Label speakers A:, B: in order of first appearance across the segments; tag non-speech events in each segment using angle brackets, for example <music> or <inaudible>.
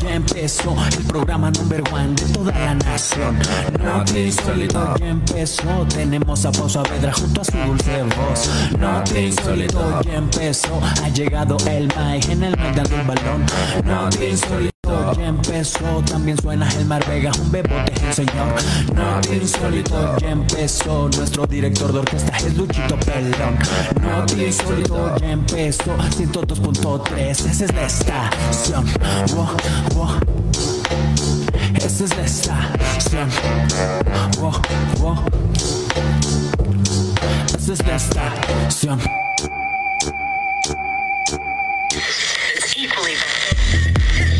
A: regreso. El programa number one de toda la nación. Noti insólito ya empezó. Tenemos a Pausa Vedra junto a su dulce voz. Noti insólito ya empezó. Ha llegado el Mike en el mic dando el balón. Noti insólito. Ya empezó, también suena el Mar Vega, un bebote es el señor. Noti insólito, ya empezó. Nuestro director de orquesta es Luchito Pelón. Noti insólito, ya empezó. 102.3, esa es la estación. Wow, wow. Esa es la estación. Wow, wow. Esa es la estación.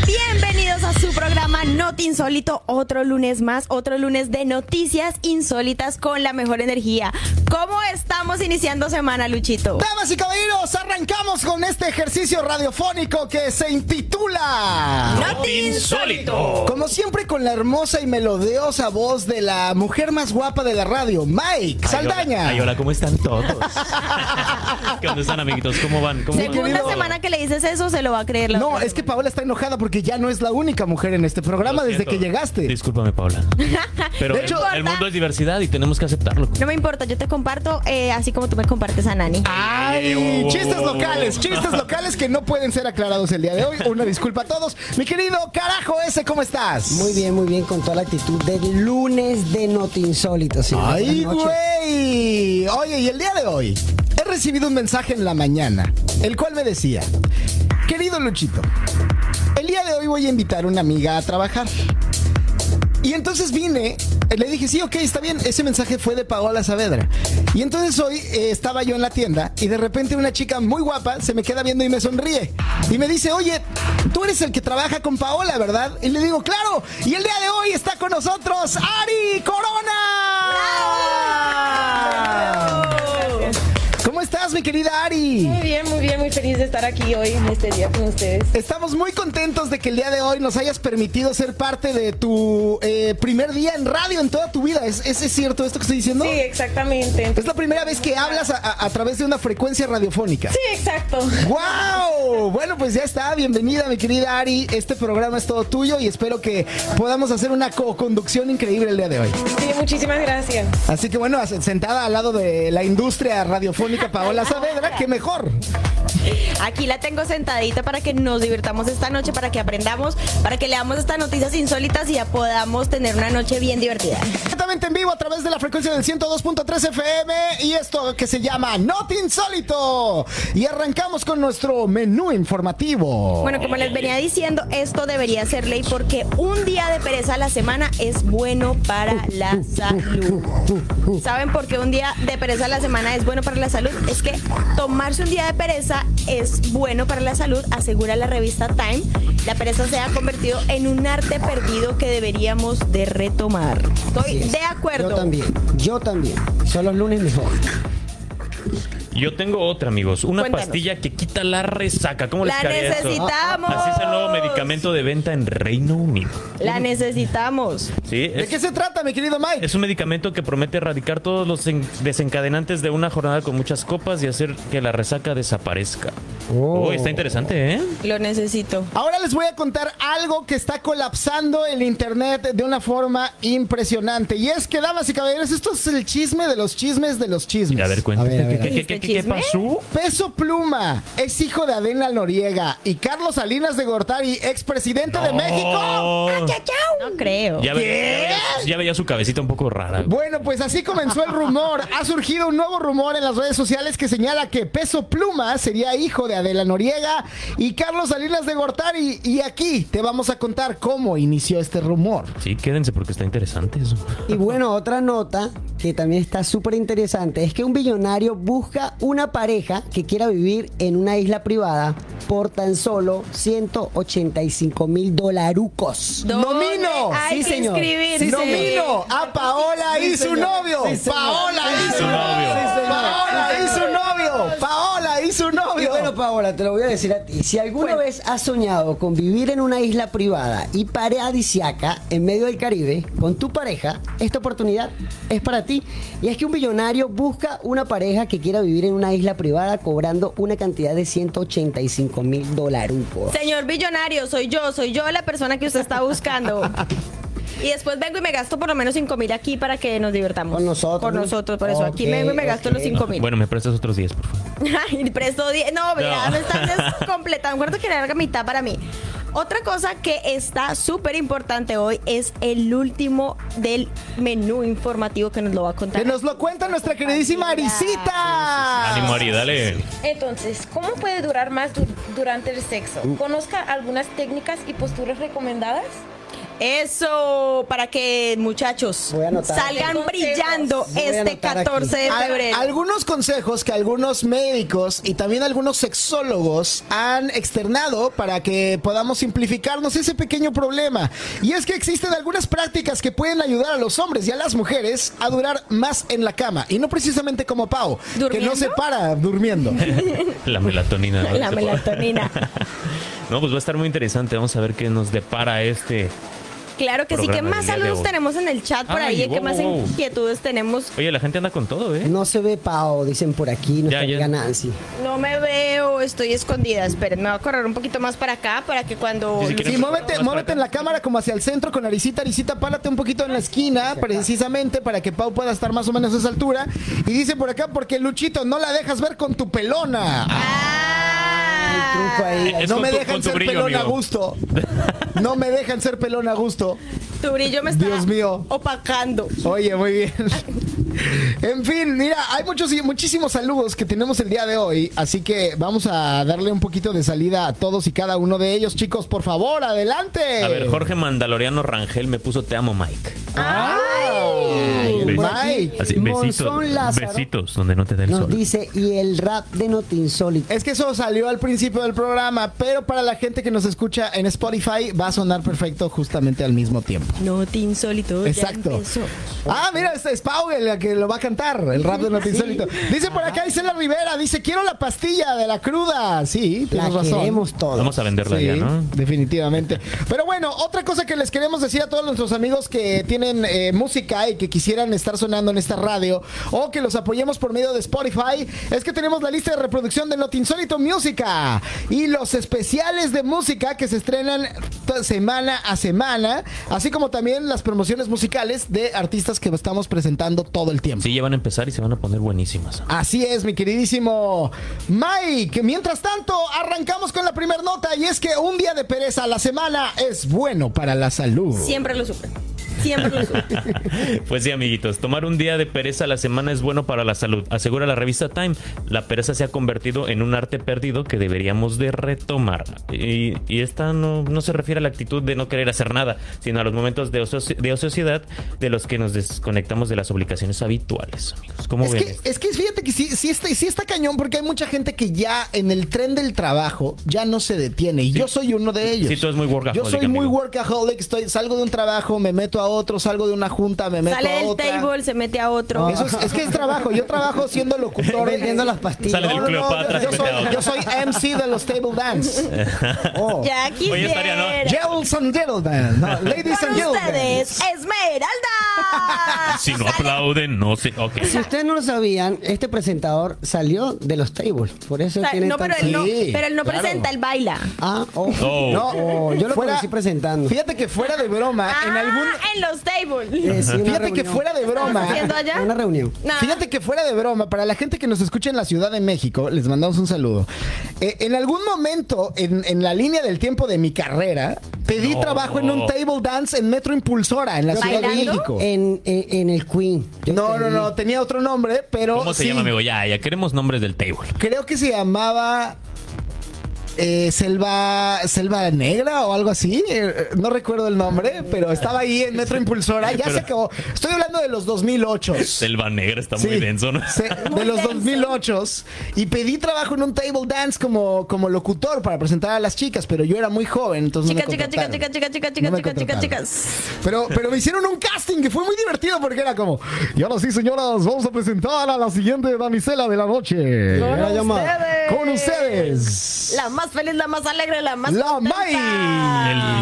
B: Bienvenidos a su programa Not Insólito, otro lunes más, otro lunes de noticias insólitas con la mejor energía. ¿Cómo estamos iniciando semana, Luchito?
C: Damas y caballeros, arrancamos con este ejercicio radiofónico que se intitula.
B: Not
D: Insólito.
C: Como siempre, con la hermosa y melodiosa voz de la mujer más guapa de la radio, Mike Saldaña.
D: Ay, hola, ¿cómo
C: <laughs>
D: están todos? ¿Qué onda están, amiguitos? ¿Cómo van? ¿Cómo van?
B: Segunda semana que le dices eso, se lo va a creer la
C: No,
B: otra.
C: es que Paola está enojada porque ya no es la única mujer en este programa
D: Lo
C: desde
D: siento.
C: que llegaste.
D: Discúlpame,
C: <laughs>
D: Paula. Pero
C: De
D: el-
C: hecho-
D: el, mundo es diversidad y tenemos que aceptarlo.
B: No me importa, yo te comparto eh, así como tú me compartes a Nani.
C: Ay,
D: Eh, oh.
C: chistes locales,
D: <laughs>
C: chistes locales que no pueden ser aclarados el día de hoy. Una disculpa a todos. Mi querido carajo ese, ¿cómo estás?
E: Muy bien, muy bien, con toda la actitud del lunes de Noti Insólito. señor.
C: ¡Ay,
E: Buenas noches.
C: güey! Oye, y el día de hoy he recibido un mensaje en la mañana, el cual me decía, querido Luchito, el día de hoy voy a invitar a una amiga a trabajar. Y entonces vine, eh, le dije, sí, ok, está bien. Ese mensaje fue de Paola Saavedra. Y entonces hoy eh, estaba yo en la tienda y de repente una chica muy guapa se me queda viendo y me sonríe. Y me dice, oye, tú eres el que trabaja con Paola, ¿verdad? Y le digo, claro. Y el día de hoy está con nosotros Ari Corona. ¿Cómo estás, mi querida Ari?
F: Muy bien, muy bien, muy feliz de estar aquí hoy en este día con ustedes.
C: Estamos muy contentos de que el día de hoy nos hayas permitido ser parte de tu eh, primer día en radio en toda tu vida. ¿Es, es, es cierto esto que estoy diciendo?
F: Sí, exactamente.
C: Es la primera vez que hablas a, a- a través de una frecuencia radiofónica.
F: Sí, exacto.
C: ¡Wow! Bueno, pues ya está. Bienvenida, mi querida Ari. Este programa es todo tuyo y espero que podamos hacer una co-conducción increíble el día de hoy.
F: Sí, muchísimas gracias.
C: Así que bueno, as- sentada al lado de la industria radiofónica Paola Saavedra, qué mejor.
B: Aquí la tengo sentadita para que nos divirtamos esta noche, para que aprendamos, para que leamos estas noticias insólitas y ya podamos tener una noche bien divertida.
C: Completamente en vivo a través de la frecuencia del 102.3 FM y esto que se llama Not Insólito. Y arrancamos con nuestro menú informativo.
B: Bueno, como les venía diciendo, esto debería ser ley porque un día de pereza a la semana es bueno para la salud. ¿Saben por qué un día de pereza a la semana es bueno para la salud? Es que tomarse un día de pereza es bueno para la salud, asegura la revista Time. La pereza se ha convertido en un arte perdido que deberíamos de retomar. Estoy
E: Así es.
B: de acuerdo.
E: Yo también, yo también. Son los lunes mejor.
D: Yo tengo otra, amigos. Una
B: Cuéntanos.
D: pastilla que quita la resaca. ¿Cómo les
B: La
D: cae eso?
B: necesitamos.
D: Así es el nuevo medicamento de venta en Reino Unido.
B: La necesitamos.
D: Sí,
C: ¿De
D: es,
C: qué se trata, mi querido Mike?
D: es un medicamento que promete erradicar todos los en- desencadenantes de una jornada con muchas copas y hacer que la resaca desaparezca.
E: Oh.
D: Oh, está interesante, ¿eh?
B: Lo necesito.
C: Ahora les voy a contar algo que está colapsando el internet de una forma impresionante. Y es que, damas y caballeros, esto es el chisme de los chismes de los chismes.
D: A ver, cuéntame.
E: A ver, a
D: ¿Qué-
E: ver.
D: qué- qué- qué- qué
B: ¿Dijiste
D: pasó?
C: Peso Pluma es hijo de Adela Noriega y Carlos Salinas de Gortari, expresidente de México.
B: ¡Ah,
D: No.
B: No creo.
D: Oh. Ya veía, ya veía- ya veía su cabecita un poco rara.
C: Bueno, pues así comenzó el rumor. Ha surgido un nuevo rumor en las redes sociales que señala que Peso Pluma sería hijo de Adela Noriega y Carlos Salinas de Gortari. Y aquí te vamos a contar cómo inició este rumor.
D: Sí, quédense porque está interesante eso.
E: Y bueno, otra nota que también está súper interesante es que un billonario busca una pareja que quiera vivir en una isla privada por tan solo 185 mil dolarucos.
B: ¿Dónde
C: ¡Nomino!
B: Hay
E: Sí,
B: que
E: señor.
B: inscribirse?
E: Sí,
C: Nomino a Paola y su novio.
E: Sí, señor.
C: Paola
D: Sí,
C: y su
D: señor.
C: novio.
D: Sí,
C: Paola y su novio. Paola y y su
E: Y <laughs>
C: novio.
E: bueno, pues, Paola, te lo voy a decir a ti. Si alguna vez has soñado con vivir en una isla privada y paradisiaca en medio del Caribe con tu pareja, esta oportunidad es para ti. Y es que un millonario busca una pareja que quiera vivir en una isla privada cobrando una cantidad de 185 mil dólares.
B: Señor billonario, soy yo, soy yo la persona que usted está
E: <laughs>
B: buscando. Y después vengo y me gasto por lo menos 5 mil aquí para que nos divertamos.
E: Con nosotros.
B: Con nosotros, por eso. Aquí
E: Ok,
B: vengo y me gasto
E: ok.
B: los 5 mil.
D: Bueno, me prestas otros 10, por favor.
B: <laughs> Ay, presto 10. No, mira,
D: No.
B: no están descompletando. Acuerdo que la larga mitad para mí. Otra cosa que está súper importante hoy es el último del menú informativo que nos lo va a contar.
C: Que nos lo cuenta nuestra queridísima
B: Ah.
C: Arisita.
D: Ánimo, Ari, dale.
F: Entonces, ¿cómo puede durar más du- durante el sexo? Conozca algunas técnicas y posturas recomendadas.
B: Eso, para que muchachos
E: Voy a anotar.
B: salgan
F: Consejos.
B: brillando
E: Voy a
B: este
E: anotar aquí.
B: 14 de
C: Al-
B: febrero.
C: algunos consejos que algunos médicos y también algunos sexólogos han externado para que podamos simplificarnos ese pequeño problema. Y es que existen algunas prácticas que pueden ayudar a los hombres y a las mujeres a durar más en la cama. Y no precisamente como Pau, que no
B: ¿Durmiendo?
C: se para durmiendo.
D: La melatonina. ¿no?
B: <laughs> La melatonina.
E: <laughs>
D: No, pues va a estar muy interesante. Vamos a ver qué nos depara este.
B: Claro que sí. ¿Qué
D: Programa
B: más
D: del día de
B: saludos
D: hoy.
B: tenemos en el chat por
D: Ay,
B: ahí? ¿Qué
D: wow,
B: más
D: wow, wow.
B: inquietudes tenemos?
D: Oye, la gente anda con todo, ¿eh?
E: No se ve Pao, dicen por aquí, nuestra
D: Ya, ya.
E: amiga Nancy.
B: No me veo, estoy escondida. Esperen, me voy a correr un poquito más para acá para que cuando...
D: Sí, sí, que-
C: Sí, muévete, muévete en la cámara como hacia el centro con Arisita. Arisita, párate un poquito en la esquina, precisamente para que Pau pueda estar más o menos a esa altura. Y dice por acá, porque Luchito, no la dejas ver con tu pelona.
B: Ah.
E: Truco ahí.
D: Es
C: no
D: con
C: me
D: tu-
C: dejan
D: con tu
C: ser
D: brillo,
C: pelón a
D: amigo.
C: gusto. No me dejan ser pelón a gusto.
B: Tu brillo me está
C: Dios mío.
B: opacando.
C: Oye, muy bien. En fin, mira, hay muchos y muchísimos saludos que tenemos el día de hoy, así que vamos a darle un poquito de salida a todos y cada uno de ellos, chicos, por favor, adelante.
D: A ver, Jorge Mandaloriano Rangel me puso Te amo, Mike.
C: Ay,
D: Besitos.
C: Mike.
D: Así,
E: Monzón
D: besitos.
E: Lázaro
D: Besitos, donde no te dé el
E: Nos
D: sol.
E: dice, y el rap de Noti Insólito.
C: Es que eso salió al principio del programa, pero para la gente que nos escucha en Spotify va a sonar perfecto justamente al mismo tiempo.
B: No te insólito. ya
C: Exacto.
B: empezó.
C: Ah, mira, este es Pau la que lo va a cantar, el rap de Noti Insólito. Dice por acá Isela Rivera, dice, quiero la pastilla de la cruda. Sí,
E: La
C: tienes razón.
E: queremos todos.
D: Vamos a venderla
C: Sí,
D: ya, ¿no?
C: definitivamente. Pero bueno, otra cosa que les queremos decir a todos nuestros amigos que tienen eh, música y que quisieran estar sonando en esta radio o que los apoyemos por medio de Spotify es que tenemos la lista de reproducción de Not Insólito Música y los especiales de música que se estrenan t- semana a semana, así como también las promociones musicales de artistas que estamos presentando todo el tiempo.
D: Sí, ya van a empezar y se van a poner buenísimas. <laughs>
C: Así es, mi queridísimo Mike. Mientras tanto, arrancamos con la primera nota y es que un día de pereza a la semana es bueno para la salud.
B: Siempre lo supe. Siempre lo supe.
D: Pues sí, amiguitos, tomar un día de pereza a la semana es bueno para la salud. Asegura la revista Time, la pereza se ha convertido en un arte perdido que deberíamos de retomar. Y, y esta no, no se refiere a la actitud de no querer hacer nada, sino a los momentos de, ocio- de ociosidad de los que nos desconectamos de las obligaciones habituales, amigos. ¿Cómo
C: Es
D: ven?
C: que,
D: esto?
C: es que fíjate que sí, sí, está, sí está cañón porque hay mucha gente que ya en el tren del trabajo ya no se detiene y yo soy uno de ellos.
D: Sí, tú eres muy workaholic,
C: Yo soy muy
D: amigo.
C: workaholic, estoy, salgo de un trabajo, me meto a otro, salgo de una junta, <laughs> me meto
B: Sale
C: a
B: del
C: otra.
B: table, se mete a otro.
C: Eso es, es que es trabajo, yo trabajo siendo locutor.
E: Vendiendo las pastillas.
D: Sale del
C: No, no, no,
D: Cleopatra,
C: yo,
D: se
C: soy,
D: mete a
C: yo soy MC de los table dance.
D: <laughs>
C: Oh.
B: Ya
D: Oye, estaría, ¿no?
B: quisiera.
C: Gels and gentlemen. No, ladies
B: Con
C: and gentlemen.
B: ustedes, Esmeralda.
D: Si no aplauden, no sé. Ok.
E: Si ustedes no lo sabían, este presentador salió de los tables. Por eso
B: O sea,
E: tiene
B: no, pero
E: tanto-
B: él no,
C: Sí,
B: pero él no
C: claro.
B: presenta, él baila.
E: Ah, oh.
D: Oh.
C: No,
E: Oh, yo lo conocí presentando.
C: Fíjate que fuera de broma, en algún.
B: Ah, en los tables.
E: Eh, sí, una
C: Fíjate que
E: reunión.
C: fuera de broma.
B: haciendo allá?
E: Una reunión.
B: Nah.
C: Fíjate que fuera de broma, para la gente que nos escucha en la Ciudad de México, les mandamos un saludo. Eh, en algún momento, en, en la línea del tiempo de mi carrera, pedí
D: No.
C: trabajo en un table dance en Metro Impulsora, en la Ciudad de
B: ¿Bailando? Eh,
C: México.
E: En, en, en el Queen. Yo
C: No, no,
E: entendí.
C: no, tenía otro nombre, pero.
D: ¿Cómo se
C: sí,
D: llama, amigo? Ya, ya queremos nombres del table.
C: Creo que se llamaba eh, Selva Selva Negra o algo así. eh, no recuerdo el nombre, pero estaba ahí en Metro Impulsora. Ya se acabó. Estoy hablando de los 2008.
D: Selva Negra está
C: Sí,
D: muy denso, ¿no?
C: se- de los 2008 y pedí trabajo en un table dance como, como locutor para presentar a las chicas, pero yo era muy joven, entonces no me
B: Chica, chica, chica,
C: contrataron.
B: chica, chica, chica,
C: No
B: chica,
C: me
B: chica, chica,
C: contrataron.
B: chicas.
C: Pero, pero me hicieron un casting que fue muy divertido porque era como, y ahora sí, señoras, vamos a presentar a la siguiente damisela de la noche. Era llamada, Con ustedes.
B: La más feliz, la más alegre, la más.
C: La May.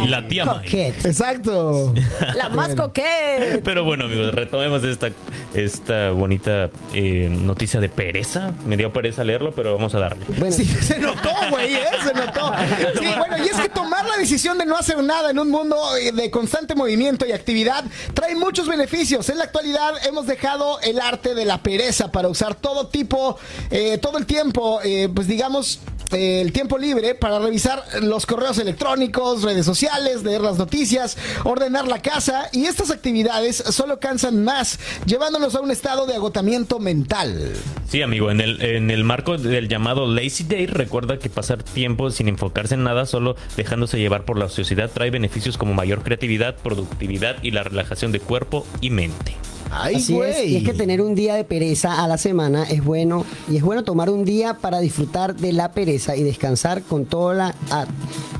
D: El- la tía May.
E: Coquette.
C: Exacto.
B: La más coqueta.
D: <laughs> Pero bueno, amigos, retomemos esta, esta bonita eh, noticia de pereza. Me dio pereza leerlo, pero vamos a darle.
E: Bueno,
C: Sí, se notó, güey, ¿eh? se
E: <laughs>
C: notó. Sí, bueno, y es que tomar la decisión de no hacer nada en un mundo eh, de constante movimiento y actividad trae muchos beneficios. En la actualidad hemos dejado el arte de la pereza para usar todo tipo, eh, todo el tiempo, eh, pues digamos, eh, el tiempo libre para revisar los correos electrónicos, redes sociales, leer las noticias, ordenar la casa y estas actividades solo cansan más, llevándonos a un estado de agotamiento mental.
D: Sí, amigo, en el, en el marco del llamado Lazy Day, recuerda que pasar tiempo sin enfocarse en nada, solo dejándose llevar por la sociedad, trae beneficios como mayor creatividad, productividad y la relajación de cuerpo y mente.
C: Ay,
E: así es. Y es que tener un día de pereza a la semana es bueno. Y es bueno tomar un día para disfrutar de la pereza y descansar con toda la, a-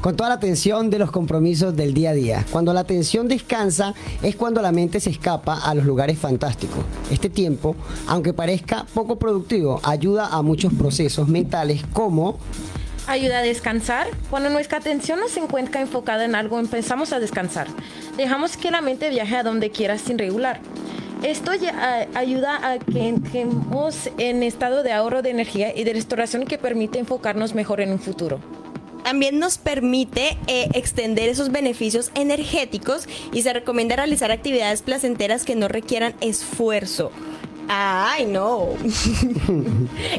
E: con toda la tensión de los compromisos del día a día. Cuando la tensión descansa es cuando la mente se escapa a los lugares fantásticos. Este tiempo, aunque parezca poco productivo, ayuda a muchos procesos mentales como
F: Ayuda a descansar. Cuando nuestra atención no se encuentra enfocada en algo, empezamos a descansar. Dejamos que la mente viaje a donde quiera sin regular. Esto ya- a- ayuda a que entremos en estado de ahorro de energía y de restauración que permite enfocarnos mejor en un futuro.
B: También nos permite eh, extender esos beneficios energéticos y se recomienda realizar actividades placenteras que no requieran esfuerzo. Ay, no.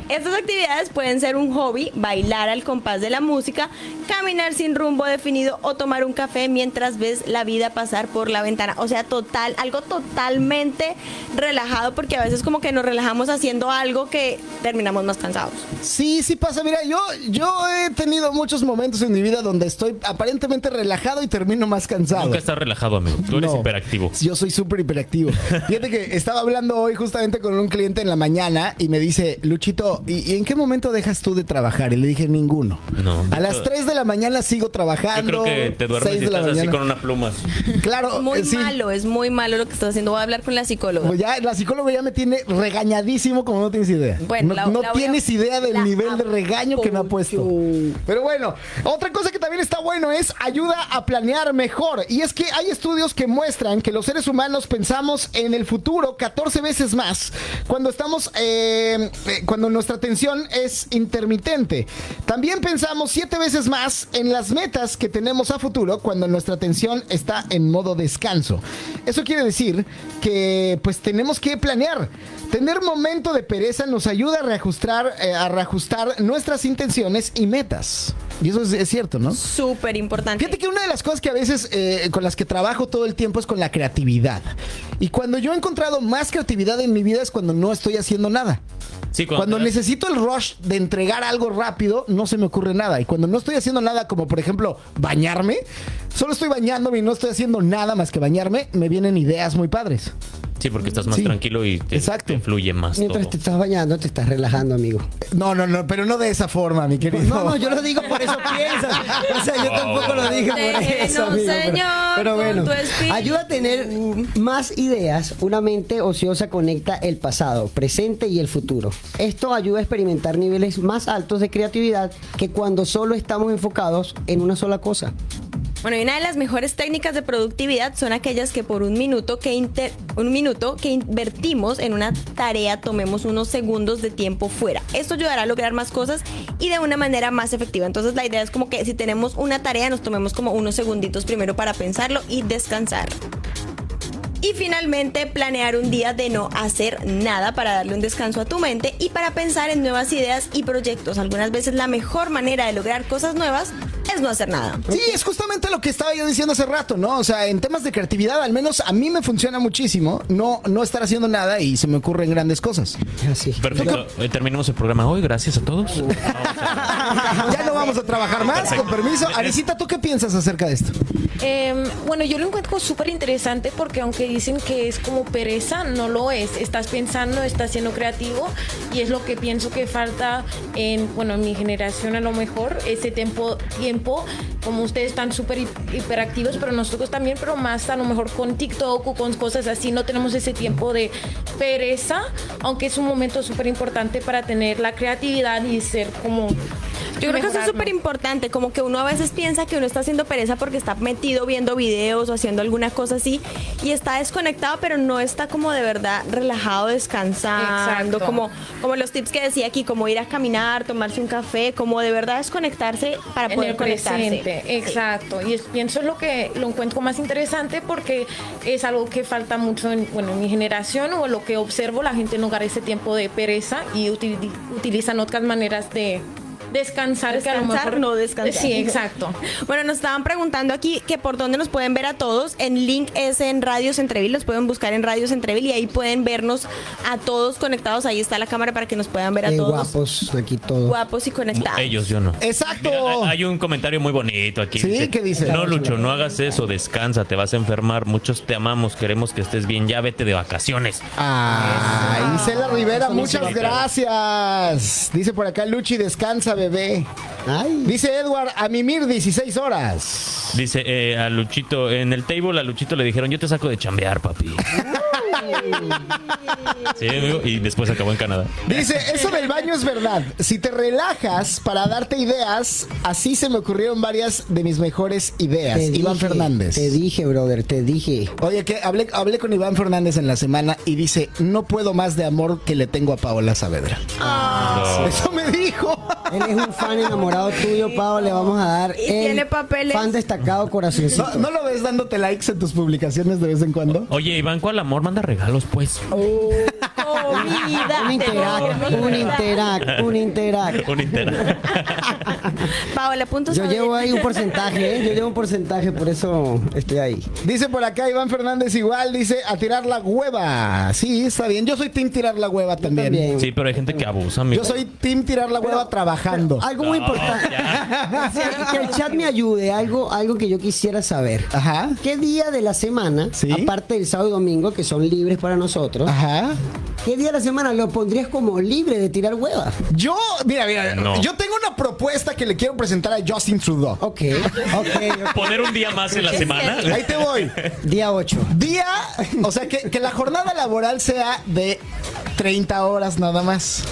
B: Estas actividades pueden ser un hobby, bailar al compás de la música, caminar sin rumbo definido o tomar un café mientras ves la vida pasar por la ventana. O sea, total, algo totalmente relajado porque a veces como que nos relajamos haciendo algo que terminamos más cansados.
C: Sí, sí pasa. Mira, yo, yo he tenido muchos momentos en mi vida donde estoy aparentemente relajado y termino más cansado.
D: Nunca estás relajado, amigo. Tú eres
C: No.
D: hiperactivo.
C: Yo soy súper hiperactivo. Fíjate que estaba hablando hoy justamente con un cliente en la mañana y me dice, Luchito, ¿y, y en qué momento dejas tú de trabajar? Y le dije, ninguno.
D: No.
C: A las 3 de la mañana sigo
D: Yo
C: trabajando.
D: creo que te duermes
C: 6 ah,
D: y
C: de la
D: estás así
C: mañana.
D: con una pluma. así.
C: Claro,
G: Oh,
B: Es muy
C: eh, sí.
B: malo, es muy malo lo que estás haciendo. Voy a hablar con la psicóloga.
C: Pues ya, la psicóloga ya me tiene regañadísimo como no tienes idea.
B: Bueno,
C: no
B: la-
C: no
B: la voy a-
C: tienes idea del
B: la
C: nivel de regaño que me ha puesto.
B: apoyo.
C: Pero bueno, otra cosa que también está bueno es ayuda a planear mejor. Y es que hay estudios que muestran que los seres humanos pensamos en el futuro 14 veces más cuando estamos, eh, eh, cuando nuestra atención es intermitente. También pensamos 7 veces más en las metas que tenemos a futuro cuando nuestra atención está en modo descanso. Eso quiere decir que pues tenemos que planear. Tener momento de pereza nos ayuda a reajustar, eh, a reajustar nuestras intenciones y metas. Y eso es, es cierto, ¿no?
B: Súper importante.
C: Fíjate que una de las cosas que a veces eh, con las que trabajo todo el tiempo es con la creatividad. Y cuando yo he encontrado más creatividad en mi vida es cuando no estoy haciendo nada.
D: Sí,
C: Cuando
D: te das-
C: necesito el rush de entregar algo rápido, no se me ocurre nada. Y cuando no estoy haciendo nada, como por ejemplo bañarme, solo estoy bañándome y no estoy haciendo nada más que bañarme, me vienen ideas muy padres.
D: Sí, porque estás más
C: Sí.
D: tranquilo y te,
C: Exacto.
D: te fluye más
E: mientras
D: todo.
E: te estás bañando te estás relajando, amigo.
C: No, no, no, pero no de esa forma, mi querido.
G: No, no, yo lo digo por eso piensas. O sea, yo tampoco lo dije por eso,
B: Déjenos,
G: amigo. pero-
B: Señor,
G: Pero bueno,
B: con tu espíritu.
E: Ayuda a tener más ideas. Una mente ociosa conecta el pasado, presente y el futuro. Esto ayuda a experimentar niveles más altos de creatividad que cuando solo estamos enfocados en una sola cosa.
B: Bueno, y una de las mejores técnicas de productividad son aquellas que por un minuto que inter- un minuto que invertimos en una tarea tomemos unos segundos de tiempo fuera. Esto ayudará a lograr más cosas y de una manera más efectiva. Entonces la idea es como que si tenemos una tarea nos tomemos como unos segunditos primero para pensarlo y descansar. Y finalmente, planear un día de no hacer nada para darle un descanso a tu mente y para pensar en nuevas ideas y proyectos. Algunas veces la mejor manera de lograr cosas nuevas es no hacer nada.
C: Sí, es justamente lo que estaba yo diciendo hace rato, ¿no? O sea, en temas de creatividad, al menos a mí me funciona muchísimo no, no estar haciendo nada y se me ocurren grandes cosas.
E: Así.
D: Perfecto. Eh, Terminamos el programa hoy. Gracias a todos.
C: ya no vamos a trabajar más, con permiso. Arisita, ¿tú qué piensas acerca de esto?
F: Em, bueno, yo lo encuentro súper interesante porque aunque dicen que es como pereza, no lo es. Estás pensando, estás siendo creativo y es lo que pienso que falta en, bueno, en mi generación a lo mejor, ese tiempo, tiemp- tiempo, como ustedes están súper hi- hiperactivos, pero nosotros también, pero más a lo mejor con TikTok o con cosas así, no tenemos ese tiempo de pereza, aunque es un momento súper importante para tener la creatividad y ser como...
B: Yo creo que eso es
F: mejorarnos.
B: súper importante, como que uno a veces piensa que uno está haciendo pereza porque está metido viendo videos o haciendo alguna cosa así y está desconectado, pero no está como de verdad relajado, descansando,
F: Exacto.
B: como, como los tips que decía aquí, como ir a caminar, tomarse un café, como de verdad desconectarse para
F: en
B: poder
F: el
B: conectarse.
F: Ah, presente.
B: Sí.
F: Exacto. Y es- pienso es lo que lo encuentro más interesante porque es algo que falta mucho en, bueno, en mi generación o lo que observo, la gente no gana ese tiemempo de pereza y utili- utilizan otras maneras de descansar, que a lo
B: Descansar,
F: mejor
B: no descansar.
F: Sí, exacto.
B: Bueno, nos estaban preguntando aquí que por dónde nos pueden ver a todos. En link es en Radio Centreville, los pueden buscar en Radio Centreville y ahí pueden vernos a todos conectados. Ahí está la cámara para que nos puedan ver a
E: Qué
B: todos.
E: Eh, guapos aquí todos.
B: Guapos y conectados.
D: Ellos, yo no.
C: Exacto.
D: Mira, hay- hay un comentario muy bonito aquí.
C: Sí, ¿qué dice?
D: No, Lucho, no hagas eso, descansa, te vas a enfermar. Muchos te amamos, queremos que estés bien, ya vete de vacaciones.
C: Ay, Isela Rivera, muchas gracias. Dice por acá Luchi, descansa, bebé.
E: Ay,
C: Dice Edward, a mimir 16 horas.
D: Dice eh, a Luchito, en el table a Luchito le dijeron, yo te saco de
C: <laughs>
D: chambear, papi. sí, amigo, y después acabó en Canadá.
C: Dice, eso del baño es verdad. Si te relajas para darte ideas, así se me ocurrieron varias de mis mejores ideas.
E: te
C: Iván
E: dije,
C: Fernández.
E: Te dije, brother, te dije.
C: Oye, que hablé, hablé con Iván Fernández en la semana y dice, no puedo más de amor que le tengo a Paola Saavedra.
D: No.
C: Eso me dijo.
E: Él es un fan enamorado tuyo, Pau. Le vamos a dar
B: Y
E: el
B: tiene papeles.
E: fan destacado corazoncito.
C: ¿No, no lo ves dándote likes en tus publicaciones de vez en cuando?
D: Oye, Iván, ¿cuál amor? Manda regalos, pues.
C: Oh.
B: Comida,
E: Un interact, un interact, un interact.
D: Un inter-
B: Paola, puntos.
E: Yo
B: sobre-
E: llevo ahí un porcentaje, ¿eh? yo llevo un porcentaje, por eso estoy ahí.
C: Dice por acá Iván Fernández igual, dice a tirar la hueva. Sí, está bien. Yo soy team tirar la hueva también.
E: También.
D: Sí, pero hay gente que abusa, amigo.
C: Yo soy team tirar la hueva trabajando.
E: Algo muy importante. <laughs> Que el chat me ayude, algo, algo que yo quisiera saber.
C: Ajá.
E: ¿Qué día de la semana,
C: Sí.
E: aparte del sábado y domingo, que son libres para nosotros,
C: Ajá.
E: qué día de la semana lo pondrías como libre de tirar hueva?
C: Yo, mira, mira,
D: No.
C: yo tengo una propuesta que le quiero presentar a Justin Trudeau.
E: Ok, ok,
D: Poner un día más en la semana.
C: Ahí te voy.
E: ok. Día 8.
C: Día, o sea, que, que la jornada laboral sea de 30 horas nada más.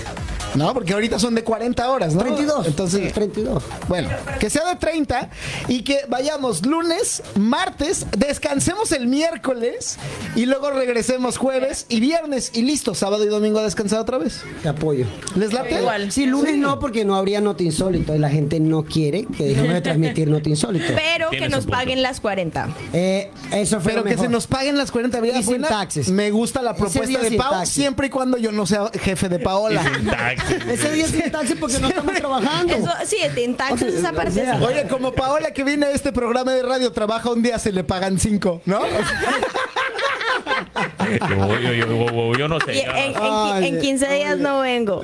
C: No, porque ahorita son de 40 horas, ¿no?
E: 32.
C: Entonces,
E: 32.
C: Bueno, que sea de 30 y que vayamos lunes, martes, descansemos el miércoles y luego regresemos jueves y viernes y listo, sábado y domingo a descansar otra vez.
E: Te apoyo.
C: ¿Les late?
F: Igual.
E: Sí, lunes no, porque no habría Noti Insólito y la gente no quiere que dejemos de transmitir Noti
B: <laughs>
E: Insólito.
B: Pero que
D: Tienes
B: nos
D: un punto.
B: paguen las 40.
E: Eh, eso fue
C: Pero
E: lo
C: que
E: mejor.
C: se nos paguen las 40
E: Y
C: vidas
E: sin
C: buenas.
E: taxes.
C: Me gusta la
E: Ese
C: propuesta
E: día
C: de
E: sin
C: Pau
E: taxes.
C: siempre y cuando yo no sea jefe de
D: Y
C: Paola.
D: sin <laughs> taxi.
E: Ese día sin taxi porque no estamos trabajando.
B: Eso, sí, en taxes esa parte. sí.
E: sea,
C: Oye, como Paola que viene a este programa de radio trabaja un día se le pagan cinco, ¿no?
D: Yo, yo- yo- yo- yo no
B: Y
D: sé. Ah,
B: en, en- en
E: Ay, Ah,
B: en 15 días no vengo.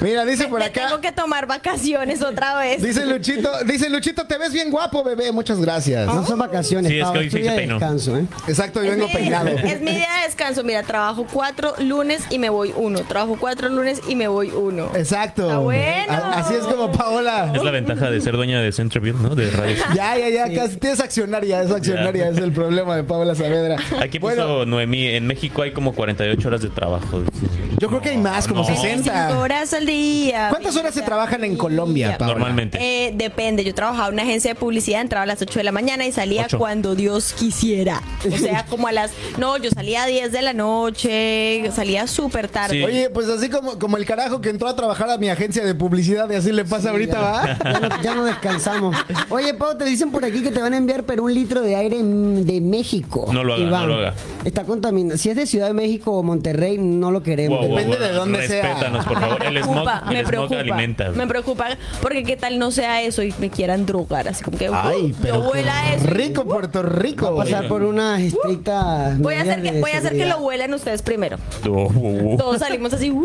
C: Mira, dice por
B: Me
C: acá.
B: tengo que tomar vacaciones otra vez.
C: Dice Luchito, dice Luchito, te ves bien guapo, bebé. Muchas gracias.
E: No son vacaciones,
D: Sí, es que
E: Pablo,
D: hoy
E: es
D: sí
E: tu día
D: se
E: de
D: peinó.
E: descanso, ¿eh?
C: Exacto, yo vengo
B: mi-
C: peinado.
B: Ah. es mi día de descanso. Mira, trabajo cuatro lunes y me voy uno. Trabajo cuatro lunes y me voy uno.
E: Eh,
C: Exacto.
B: Está bueno.
C: A- Así es como Paola.
D: Es la ventaja de ser dueña de Centreville, ¿no? De Radio Centro.
C: Ya, ya, ya, casi tienes accionaria, es accionaria, es el problema de Paola Saavedra.
D: Aquí puso
C: bueno,
D: Noemí, en México hay como 48 horas de trabajo. dice.
C: yo creo que hay más, como
D: No.
B: 25
C: 60.
B: horas al día.
C: ¿Cuántas horas se trabajan en Colombia, Paola?
D: Normalmente.
B: Eh, depende, yo trabajaba en una agencia de publicidad, entraba a las 8 de la mañana y salía
D: Ocho.
B: cuando Dios quisiera.
D: <laughs>
B: O sea, como a las... No, yo salía a 10 de la noche, salía súper tarde.
D: Sí.
C: Oye, pues así como, como el carajo que entró a trabajar a mi agencia de publicidad y así le pasa Pues ahorita, ¿va?
E: Ya no, ya no descansamos. Oye, Pau, te dicen por aquí que te van a enviar pero un litro de aire mm, de México.
D: No lo haga,
E: Iván.
D: no lo haga.
E: Está contaminado. Si es de Ciudad de México o Monterrey, no lo queremos.
D: Wow, wow,
C: depende
D: wow.
C: de dónde sea.
D: Respétanos, por favor. El smog,
B: preocupa,
D: el smog alimenta.
B: me preocupa porque qué tal no sea eso y me quieran drogar, así como que uh,
C: Ay, pero
B: yo huela eso.
C: Rico Puerto Rico.
E: Pasar por unas estrictas.
B: Voy a hacer
E: medidas
B: que
E: de
B: voy a hacer que
E: seguridad.
B: lo huelan ustedes primero.
D: Oh, oh, oh. <laughs>
B: Todos salimos así. uh,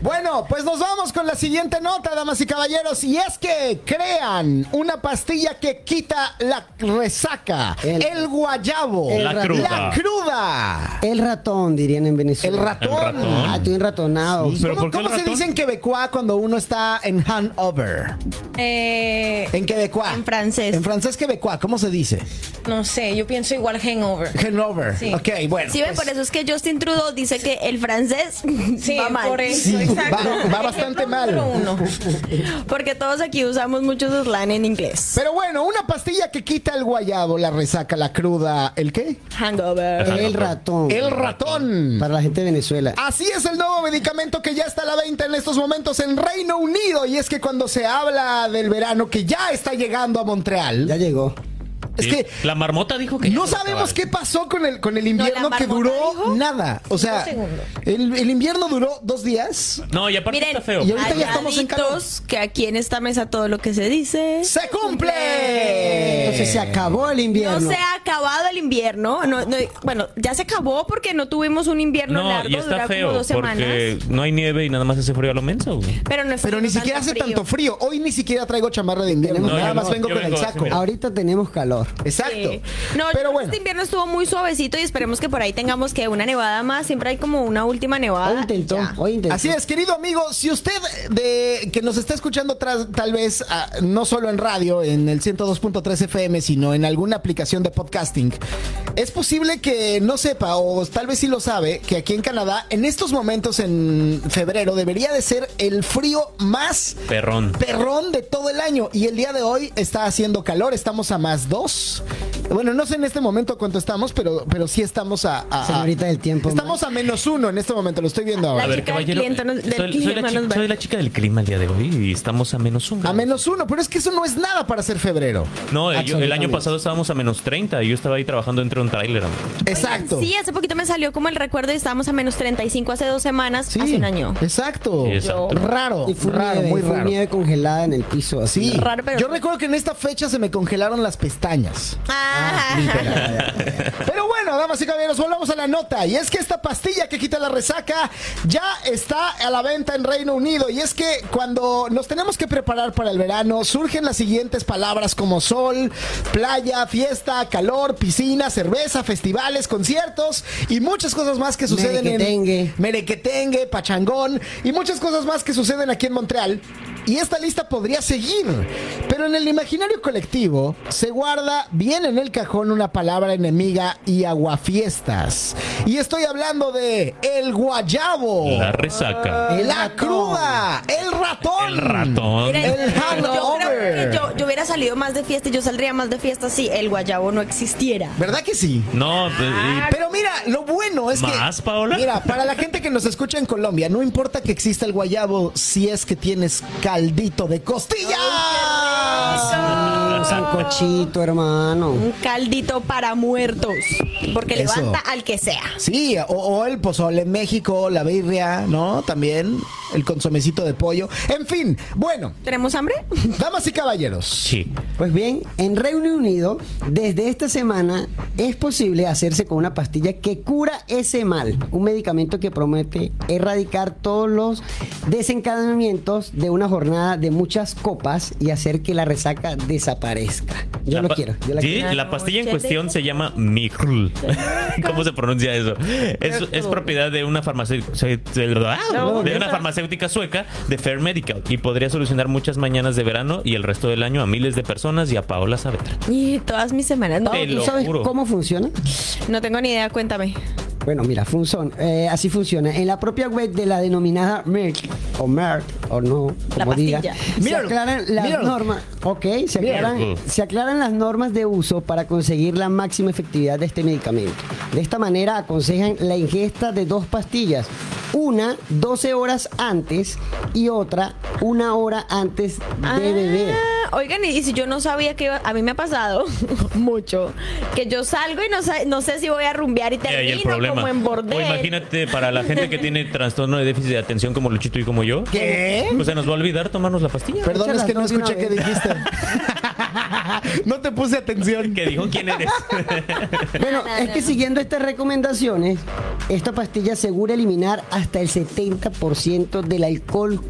C: Bueno, pues nos vamos con la siguiente nota, damas y caballeros. Y es que crean una pastilla que quita la resaca, el,
E: El-
C: guayabo,
E: el
D: La
E: ratón.
D: cruda.
C: la cruda,
E: El ratón, dirían en
C: el
E: Venezuela.
C: ratón.
D: El ratón.
E: Ah, estoy enratonado.
D: Sí. ¿Pero
C: ¿Cómo,
D: por qué el
C: cómo se
D: ratón?
C: dice en quebecuá cuando uno está en hangover?
F: Eh,
C: En quebecuá.
B: En francés.
C: En francés quebecuá, ¿cómo se dice?
F: no sé, yo pienso igual hangover.
C: Hangover.
F: Sí.
C: Ok, bueno.
B: Sí, ven,
C: pues,
B: por eso es que Justin Trudeau dice que el francés
F: Sí,
B: va mal.
F: por eso,
C: Sí,
F: exacto.
C: va- va
F: Ejemplo
C: bastante mal.
F: número uno.
B: <laughs> Porque todos aquí usamos mucho slang en inglés.
C: Pero bueno, una pastilla que quita el guayabo, la resaca, la cruda, ¿el qué?
B: Hangover.
E: El ratón.
C: El ratón.
E: Para la gente de Venezuela.
C: Así es el nuevo medicamento que ya está a la venta en estos momentos en Reino Unido. Y es que cuando se habla del verano que ya está llegando a
E: Ya
C: Montreal,
E: llegó.
C: es
D: Sí.
C: que
D: La marmota dijo que. ya
C: no
D: se va a
C: sabemos
D: acabar.
C: qué pasó con el, con el invierno
B: No, la
C: que
B: marmota
C: duró
B: dijo
C: nada. O sea,
F: Un segundo.
C: el, el invierno duró dos días.
D: No, y aparte
B: Miren,
D: está feo.
C: y ahorita ya estamos en calor.
B: Halladitos, que aquí en esta mesa todo lo que se dice.
C: ¡Se cumple!
E: Entonces se acabó el
B: No
E: invierno.
B: se ha acabado el invierno. No, no, bueno, ya se acabó porque no tuvimos un invierno
D: No,
B: largo,
D: y está
B: dura
D: feo.
B: como dos
D: Porque
B: semanas.
D: no hay nieve y nada más hace frío a lo menso. güey.
B: Pero no está
C: Pero ni
B: haciendo
C: siquiera hace tanto frío. Hoy ni siquiera traigo chamarra de invierno.
E: No,
C: Nada
E: yo
C: más
E: no,
C: vengo
D: yo
C: con el
D: vengo así,
C: saco.
D: mira.
E: Ahorita tenemos calor.
C: Exacto.
B: Sí. No, yo creo
C: Pero
B: que
C: bueno.
B: este invierno estuvo muy suavecito y esperemos que por ahí tengamos que una nevada más. Siempre hay como una última nevada.
E: Hoy intentó.
B: Ah, Ya.
E: Hoy intentó.
C: Así es, querido amigo, si usted de, que nos está escuchando tras- tal vez ah, no solo en radio, en el 102.3 FM, sino en alguna aplicación de podcasting, es posible que no sepa o tal vez sí lo sabe que aquí en Canadá en estos momentos en febrero debería de ser el frío más
D: Perrón.
C: perrón de todo el año y el día de hoy está haciendo calor, estamos a más dos. Bueno, no sé en este momento cuánto estamos, pero, pero sí estamos a... a- a-
E: Señorita del tiempo,
C: Estamos a menos uno en este momento, lo estoy viendo ahora.
B: La chica del cliente nos- del
D: soy, soy la
B: clima
D: chi-
B: nos va.
D: soy la chica del clima el día de hoy y estamos a menos un
C: A
D: grado.
C: menos uno, pero es que eso no es nada para ser febrero.
D: No, yo- el año
E: Absolutamente.
D: pasado estábamos a menos 30 y yo estaba ahí trabajando entre un tráiler. amigo.
C: Exacto.
B: Sí, hace poquito me salió como el recuerdo y estábamos a menos 35 hace dos semanas,
C: Sí,
B: hace un año.
C: Exacto.
D: Sí, exacto.
C: Raro,
E: Y fue
C: raro,
E: nieve,
C: muy
E: fue
C: raro.
E: nieve congelada en el piso. así.
C: Sí.
B: Raro, pero-
C: Yo recuerdo que en esta fecha se me congelaron las pestañas.
B: Ah,
C: <laughs> Pero bueno, damas y caballeros, volvamos a la nota. Y es que esta pastilla que quita la resaca ya está a la venta en Reino Unido. Y es que cuando nos tenemos que preparar para el verano, surgen las siguientes palabras como sol, playa, fiesta, calor, piscina, cerveza, festivales, conciertos y muchas cosas más que suceden en
E: Merequetengue.
C: Merequetengue, Pachangón y muchas cosas más que suceden aquí en Montreal. Y esta lista podría seguir, pero en el imaginario colectivo se guarda bien en el cajón una palabra enemiga y aguafiestas. Y estoy hablando de el guayabo,
E: Oh.
D: La
C: la,
D: resaca.
C: cruda, el ratón.
D: El ratón.
B: miren,
C: El
B: yo
C: hangover.
B: creo que yo, yo hubiera salido más de fiesta y yo saldría más de fiesta si el guayabo no existiera.
C: ¿Verdad que sí?
D: No, de- y-
C: Pero mira, lo bueno es que.
D: ¿Más, Paola?
C: Mira, para la gente que nos escucha en Colombia, no importa que exista el guayabo si es que tienes caldito de costilla.
E: Un sancochito, hermano.
B: Un caldito para muertos, porque
C: Eso.
B: levanta al que sea.
C: Sí, o, o el pozole en México, la birria, ¿no? También el consomecito de pollo. En fin, bueno,
B: ¿Tenemos hambre?
C: damas y caballeros.
D: Sí.
E: Pues bien, en Reino Unido, desde esta semana es posible hacerse con una pastilla que cura ese mal. Un medicamento que promete erradicar todos los desencadenamientos de una jornada de muchas copas y hacer que la resaca desaparezca. Yo
D: La
E: lo
D: pa-
E: quiero. Yo la
D: Sí,
E: quiero.
D: la pastilla en cuestión se llama Mihrul. <laughs> ¿Cómo se pronuncia eso? Es, es propiedad de una farmacéutica ah, de una farmacéutica sueca de Fair Medical y podría solucionar muchas mañanas de verano y el resto del año a miles de personas y a Paola Saavedra.
B: <laughs> Y todas mis semanas. No,
D: Te
E: ¿Tú
D: lo
E: sabes
D: juro.
E: cómo funciona?
B: no tengo ni idea, cuéntame.
E: Bueno, mira, funzon- eh, así funciona. En la propia web de la denominada Merck, o Merck, o no,
B: La
E: como diga,
B: pastilla.
E: se
C: Merck,
E: aclaran las
C: Merck.
E: normas. Ok, se aclaran,
D: Merck.
E: se aclaran las normas de uso para conseguir la máxima efectividad de este medicamento. De esta manera aconsejan la ingesta de dos pastillas. Una 12 horas antes y otra una hora antes de beber.
B: Ah, Oigan, y y si yo no sabía que iba- a mí me ha pasado <laughs> mucho que yo salgo y no, sa- no sé si voy a rumbear y
D: Y ahí el
B: termino
D: problema.
B: como en
D: O
B: bordel.
D: imagínate para la gente que tiene trastorno de déficit de atención como Luchito y como yo.
C: ¿Qué?
D: Pues se nos va a olvidar tomarnos la pastilla.
C: Perdón,
E: Échalas
C: es que no
E: dos de una
C: escuché qué
E: vez.
C: dijiste. No te puse atención.
D: que dijo quién eres.
E: Bueno, es que siguiendo estas recomendaciones, esta pastilla asegura eliminar hasta el 70% del alcohol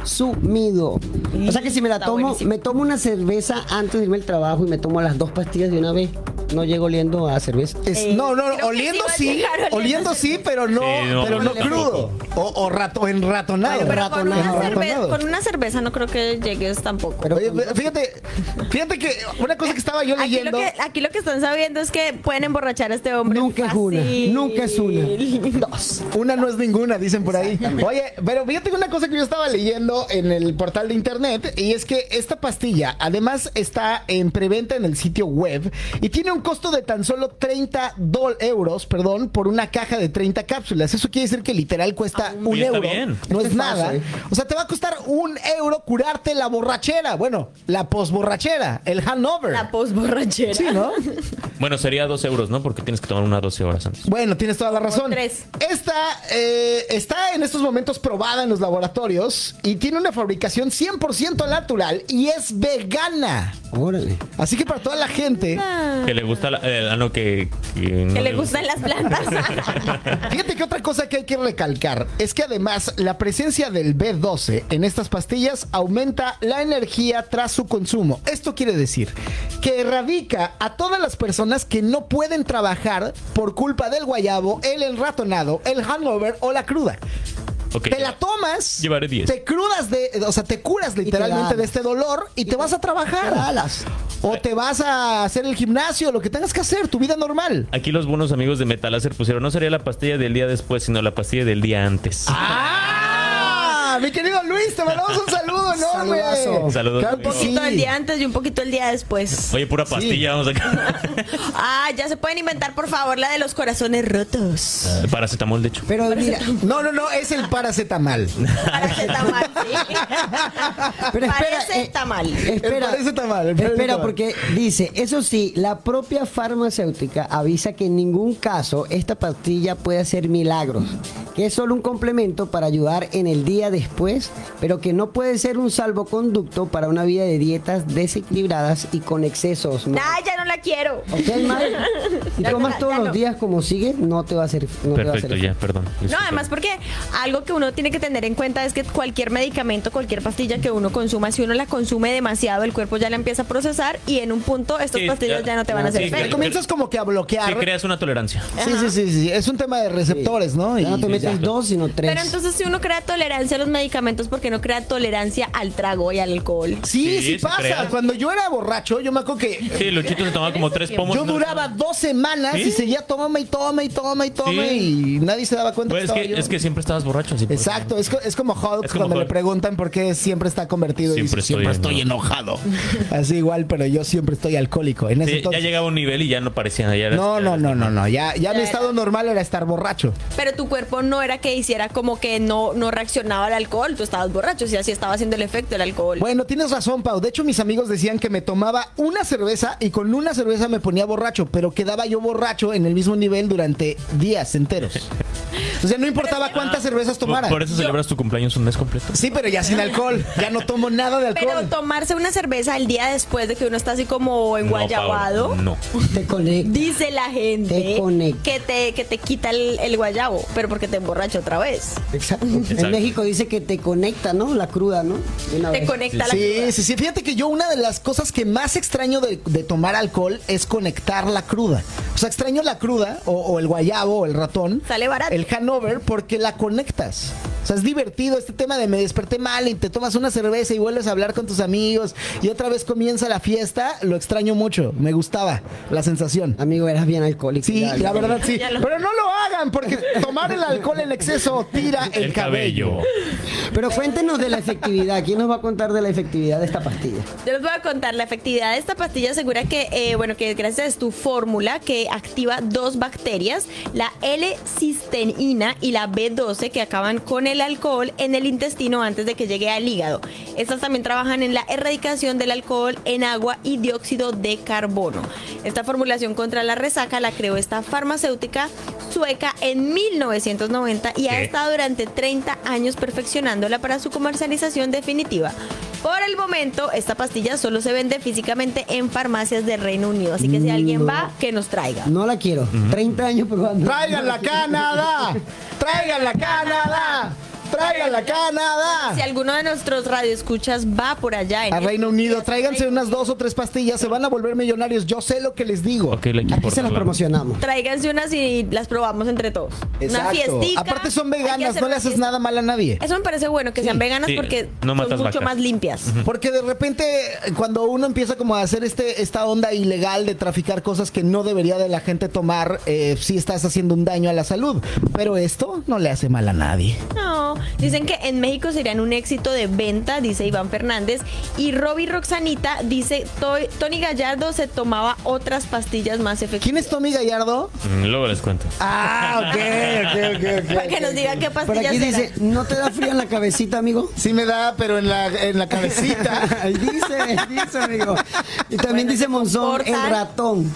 E: consumido. O sea que si me la
B: Está
E: tomo,
B: buenísimo.
E: me tomo una cerveza antes de irme al trabajo y me tomo las dos pastillas de una vez, no llego oliendo a cerveza.
C: Es-
B: Eh,
C: no, no,
B: creo que sí
C: oliendo
B: va a
C: sí,
B: llegar oliendo
C: oliendo sí, pero no,
D: Sí, no,
C: pero no
D: tampoco.
C: crudo. O, o rato, enratonado.
B: Pero con, una
C: Enratonado.
B: cerveza, con una cerveza no creo que llegues tampoco.
E: Pero
C: Oye,
E: cuando-
C: fíjate, fíjate que una cosa que estaba yo
B: Aquí lo,
C: leyendo.
B: que, aquí lo que están sabiendo es que pueden emborrachar a este hombre.
E: nunca es una,
B: fácil.
E: nunca es una. Dos.
C: Una no es ninguna, dicen por ahí. Oye, pero fíjate que una cosa que yo estaba leyendo en el portal de internet y es que esta pastilla además está en preventa en el sitio web y tiene un costo de tan solo 30 dol- euros, perdón, por una caja de 30 cápsulas. Eso quiere decir que literal cuesta un
D: Y está
C: euro.
D: bien.
C: No es
E: Está
C: nada.
E: fácil.
C: O sea, te va a costar un euro curarte la borrachera. Bueno, la posborrachera, el hangover.
B: La posborrachera.
C: sí, ¿no?
D: Bueno, sería dos euros, ¿no? Porque tienes que tomar una 12 horas antes.
C: Bueno, tienes toda la razón.
B: tres.
C: Esta eh, está en estos momentos probada en los laboratorios y tiene una fabricación 100% natural y es vegana.
E: Órale.
C: Así que para toda la gente,
D: Que le gusta la. eh, ah, no, que. Que, no
B: Que le gustan las
E: <laughs>
B: plantas.
C: fíjate que otra cosa que hay que recalcar es que además la presencia del B12 en estas pastillas aumenta la energía tras su consumo. Esto quiere decir que erradica a todas las personas que no pueden trabajar por culpa del guayabo, el enratonado, el hangover o la cruda.
D: Ok.
C: Te la tomas.
D: Llevaré 10.
C: Te crudas de. O sea, te curas literalmente
E: da.
C: de este dolor y te vas a trabajar. O te vas a hacer el gimnasio, lo que tengas que hacer, tu vida normal.
D: Aquí los buenos amigos de Metalacer pusieron, no sería la pastilla del día después, sino la pastilla del día antes.
C: ¡Ah! Mi querido Luis, te mandamos <laughs> un saludo enorme.
E: Saludazo.
D: Saludos,
C: Claro que
D: amigo.
B: Un poquito
C: sí.
B: el día antes y un poquito el día después.
D: Oye, pura pastilla, vamos acá.
B: Ah, ya se pueden inventar, por favor, la de los corazones rotos.
D: Paracetamol, de hecho.
E: Pero mira,
C: No, no, no, es el paracetamol.
B: Para ese tamal, sí.
E: <laughs> Pero espera,
B: Parece
E: eh,
B: tamal.
E: Espera,
C: El parece tamal, el parece
E: espera,
C: tamal.
E: porque dice, eso sí, la propia farmacéutica avisa que en ningún caso esta pastilla puede hacer milagros, que es solo un complemento para ayudar en el día después, pero que no puede ser un salvoconducto para una vida de dietas desequilibradas y con excesos. ¿no?
B: Nah, ya no la quiero.
E: ¿Ok, Mari? Y
B: Ya
E: tomas
B: no,
E: todos
B: ya
E: los
B: no.
E: días como sigue, no te va a hacer. No te va a hacer
D: Perfecto, ya, perdón.
B: No,
D: Disculpa.
B: además porque algo que uno tiene que tener en cuenta es que cualquier medicamento, cualquier pastilla que uno consuma, si uno la consume demasiado, el cuerpo ya la empieza a procesar y en un punto estas
D: Sí,
B: pastillas
D: ya-
B: ya no te van a hacer
D: sí,
B: efecto.
C: Comienzas como que a bloquear.
D: Sí, creas una tolerancia.
C: Sí, sí, sí, sí. Es un tema de receptores, ¿no? Y-
E: Ya no te metes dos, sino tres.
B: Pero entonces si uno crea tolerancia a los medicamentos, ¿por qué no crea tolerancia al trago y al alcohol?
C: Sí, sí,
D: Sí, se
C: pasa.
D: crea.
C: Cuando yo era borracho, yo me acuerdo que
D: Sí, Luchito se tomaba como tres pomos.
C: Yo duraba dos semanas
D: ¿Sí?
C: y seguía toma y toma y toma y toma
D: Sí.
C: y nadie se daba cuenta
D: Pues es,
C: que
D: que,
C: estaba yo.
D: es que siempre estabas borracho. así, por
C: Exacto, es, co- es como Hulk
D: Es como
C: cuando le
D: Hulk.
C: preguntan por qué siempre está convertido y
D: Siempre
C: dice, siempre estoy
D: estoy
C: enojado. Así igual, pero yo siempre estoy alcohólico. En ese
D: ejemplo. Sí, ya
C: entonces-
D: llegaba a un nivel y ya no parecía. Ya era-
C: no, no, no, no, no. Ya, ya mi
B: era-
C: estado normal era estar borracho.
B: Pero tu cuerpo no era que hiciera como que no, no reaccionaba al alcohol, tú estabas borracho, si así estaba haciendo el efecto el alcohol.
C: Bueno, tienes razón, Pau. De hecho, mis amigos decían que me tomaba una cerveza y con una cerveza me ponía borracho, pero quedaba yo borracho en el mismo nivel durante días enteros. O sea, no importaba cuántas cervezas tomara.
D: Por, por eso celebras tu cumpleaños un mes completo.
C: Sí, pero ya sin alcohol. Ya no tomo nada de alcohol.
B: Pero tomarse una cerveza el día después de que uno está así como
D: No,
B: enguayaguado,
D: Paola, No.
E: te conectas.
B: dice la gente
E: Te conecta.
B: que te, que te quita el, el guayabo, pero porque te emborracha otra vez.
E: Exacto.
D: Exacto.
E: En México dice que te conecta, ¿no? La cruda, ¿no? De una
B: Te
E: vez.
B: conecta la
C: Sí,
B: cruda.
C: sí, sí. Fíjate que yo una de las cosas que más extraño de, de tomar alcohol es conectar la cruda. O sea, extraño la cruda o, o el guayabo o el ratón.
B: Sale barato.
C: El hangover porque la conectas. O sea, es divertido este tema de me desperté mal y te tomas una cerveza y vuelves a hablar con tus amigos y otra vez comienza la fiesta. Lo extraño mucho. Me gustaba la sensación.
E: Amigo, eras bien alcohólico.
C: Sí,
E: Ya,
C: la
E: ya.
C: verdad sí. Pero no lo hagan
B: <laughs>
C: porque tomar el alcohol en exceso tira el,
D: El cabello.
E: Pero cuéntenos de la efectividad. ¿Quién nos va a contar de la efectividad de esta pastilla?
B: Yo les voy a contar la efectividad de esta pastilla asegura que, eh, bueno, que gracias a tu fórmula que activa dos bacterias, la L-cisteína y la B12 que acaban con el alcohol en el intestino antes de que llegue al hígado. Estas también trabajan en la erradicación del alcohol en agua y dióxido de carbono. Esta formulación contra la resaca la creó esta farmacéutica sueca en 1990 y ha
D: ¿Qué?
B: estado durante 30 años perfeccionándola para su comercialización definitiva. Por el momento, esta pastilla solo se vende físicamente en farmacias del Reino Unido. Así que si alguien va, que nos traiga.
E: No la quiero. 30 años probando.
C: ¡Tráiganla Canadá! ¡Tráiganla Canadá! ¡Tráiganla
B: Si
C: Canadá!
B: alguno de nuestros radioescuchas va por allá en
C: Ah. A Reino Unido, tráiganse unas dos o tres pastillas, se van a volver millonarios. Yo sé lo que les digo.
D: Ok, le hay que
E: Aquí se las
D: importarla.
E: promocionamos.
B: Tráiganse unas y las probamos entre todos. Una
C: Exacto.
B: fiestica.
C: Aparte son
B: Hay que
C: veganas,
B: hacer
C: no le
B: una
C: haces
B: fiesta.
C: nada mal a nadie.
B: Eso me parece bueno, que sean veganas
D: Sí,
B: porque
D: no
B: son
D: matas
B: mucho
D: vacas.
B: más limpias.
C: Porque de repente, cuando uno empieza como a hacer este, esta onda ilegal de traficar cosas que no debería de la gente tomar, eh, sí estás haciendo un daño a la salud. Pero esto no le hace mal a nadie.
B: No, dicen que en México serían un éxito de venta, dice Iván Fernández. Y Robbie Roxanita dice, "Toy- Tony Gallardo se tomaba otras pastillas más efectivas.
C: ¿Quién es Tommy Gallardo?
D: Mm, Luego les cuento.
C: Ah, ok, ok, ok, ok.
B: Para que nos digan qué
E: Por
B: pastillas
E: aquí
B: eran.
E: dice, ¿no te da frío en la
C: <laughs>
E: cabecita, amigo?
C: Sí me da, pero en la, en la <laughs>
E: <laughs>
C: cabecita.
E: dice, dice, amigo. Y también
B: Bueno,
E: dice
B: se
E: Monzón,
B: comportan.
E: el ratón.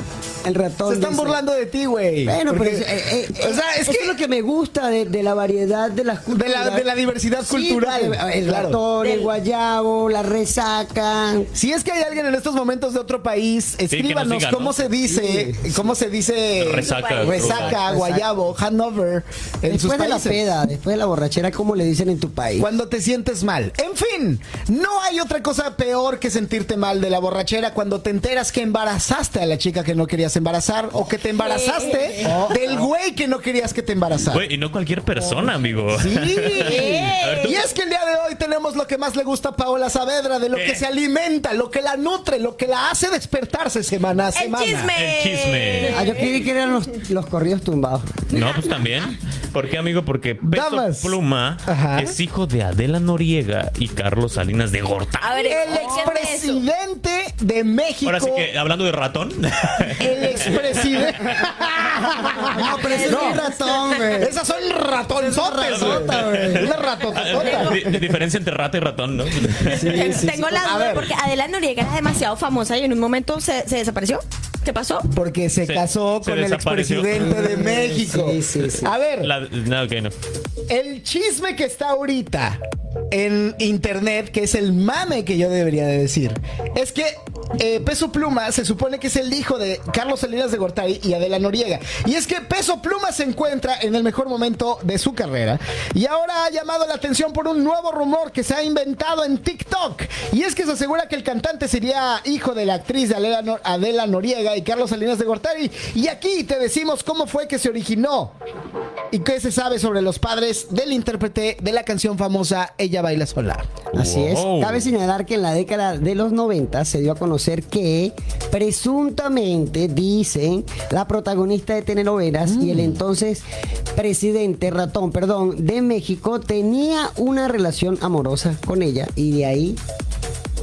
E: El ratón.
C: Se están
E: dice.
C: burlando de ti, güey.
E: Bueno,
C: Porque-
E: pero eh, eh,
C: o sea, es
E: esto
C: que
E: lo que me gusta de, de la variedad de las
C: de
E: culturas.
C: la, de la diversidad
E: Sí,
C: cultural.
E: porque eh, El
C: Claro.
E: ratón, el
B: Del-
E: guayabo, la resaca.
C: Si es que hay alguien en estos momentos de otro país,
D: nos
C: escríbanos
D: diga, ¿no?
C: cómo se dice, cómo se dice
D: Resaca,
C: resaca,
E: fruta.
C: guayabo, Hanover en sus
E: Después de la
C: países.
E: peda, después de la borrachera, ¿cómo le dicen en tu país?
C: Cuando te sientes mal. En fin, no hay otra cosa peor que sentirte mal de la borrachera cuando te enteras que embarazaste a la chica que no querías embarazar o que te embarazaste del güey que no querías que te embarazara.
D: Güey, y no cualquier persona, amigo.
C: Sí.
D: A ver, tú-
C: Y es que el día de hoy tenemos lo que más le gusta a Paola Saavedra, de lo
D: ¿Qué?
C: que se alimenta, lo que la nutre, lo que la hace despertarse semana a
B: El
C: semana.
B: chisme.
D: El chisme.
E: Ah, yo creí que eran los, los corridos tumbados.
D: No, pues también. ¿Por qué, amigo? Porque Peso
C: Damas.
D: Pluma
C: Ajá.
D: es hijo de Adela Noriega y Carlos Salinas de Gortari.
B: A ver,
C: El
B: explíquenme eso.
C: expresidente de México.
D: Ahora sí que, hablando de ratón.
C: El expresidente.
E: No, pero ese es un ratón, güey.
C: Esas son ratonzotes, güey.
E: ratota, güey.
C: Una
D: <laughs>
C: ratototota.
D: Di- diferencia entre rato y
C: <laughs>
D: ratón, ¿no?
B: Tengo la
C: A
B: duda
C: ver.
B: porque Adela Noriega era demasiado famosa y en un momento se, se desapareció. ¿Qué pasó?
C: Porque se,
D: Se-
C: casó
D: se
C: con el
D: desapareció.
C: expresidente de México.
E: Sí, sí, sí.
C: A ver,
D: La- no, ok, no.
C: el chisme que está ahorita en internet, que es el mame que yo debería de decir, es que eh, Peso Pluma se supone que es el hijo de Carlos Salinas de Gortari y Adela Noriega. Y es que Peso Pluma se encuentra en el mejor momento de su carrera y ahora ha llamado la atención por un nuevo rumor que se ha inventado en TikTok. Y es que se asegura que el cantante sería hijo de la actriz de Adela, Nor- Adela Noriega y Carlos Salinas de Gortari. Y aquí te decimos cómo fue que se originó. ¿Y qué se sabe sobre los padres del intérprete de la canción famosa Ella baila sola?
E: Así es.
D: Wow.
E: Cabe señalar que en la década de los 90 se dio a conocer que presuntamente, dicen, la protagonista de telenovelas y el entonces presidente ratón, perdón, de México tenía una relación amorosa con ella y de ahí